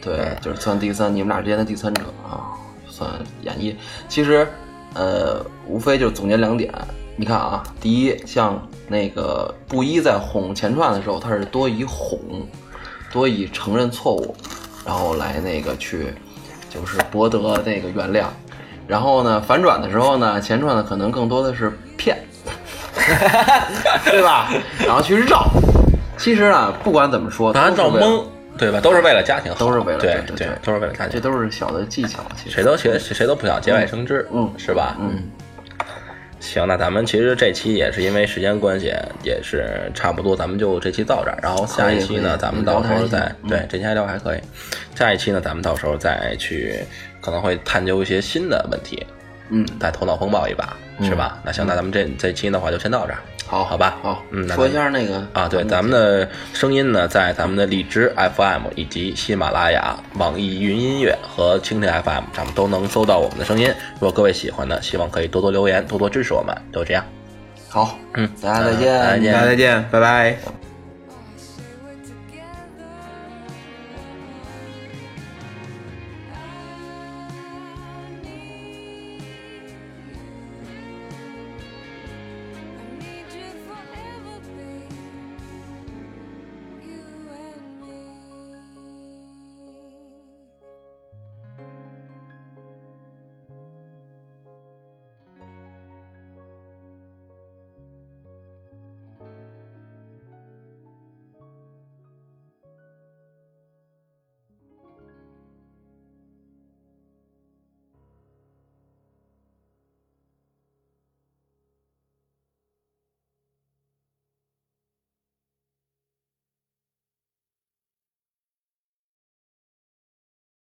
对，就是算第三，你们俩之间的第三者啊，算演绎。其实，呃，无非就是总结两点。你看啊，第一，像那个布衣在哄钱串的时候，他是多以哄，多以承认错误，然后来那个去，就是博得那个原谅。然后呢，反转的时候呢，钱串的可能更多的是骗， <laughs> 对吧？然后去绕。其实啊，不管怎么说，
拿
都是
照
为了
蒙，对吧？都是为了家庭好，
都是为了
对
对对对
都是为了家
这
庭。
都是小的技巧，其实
谁都谁谁都不想节外生枝，
嗯
是吧？
嗯，
行，那咱们其实这期也是因为时间关系，也是差不多，咱们就这期到这儿。然后下一期
可以可
呢，
以
咱们到时候再
嗯聊得还行
对这期还聊还可以。下一期呢，咱们到时候再去可能会探究一些新的问题，
嗯，
再头脑风暴一把，是吧？那行，那咱们这这期的话就先到这儿
好，
好吧
好，
嗯那咱
说一下那个嗯
啊。对，咱们的声音呢，在咱们的荔枝 FM 以及喜马拉雅、网易云音乐和蜻蜓 FM 上面都能搜到我们的声音。如果各位喜欢呢，希望可以多多留言，多多支持我们。就这样。
好，
嗯
大家再
再见
大家再见，拜拜。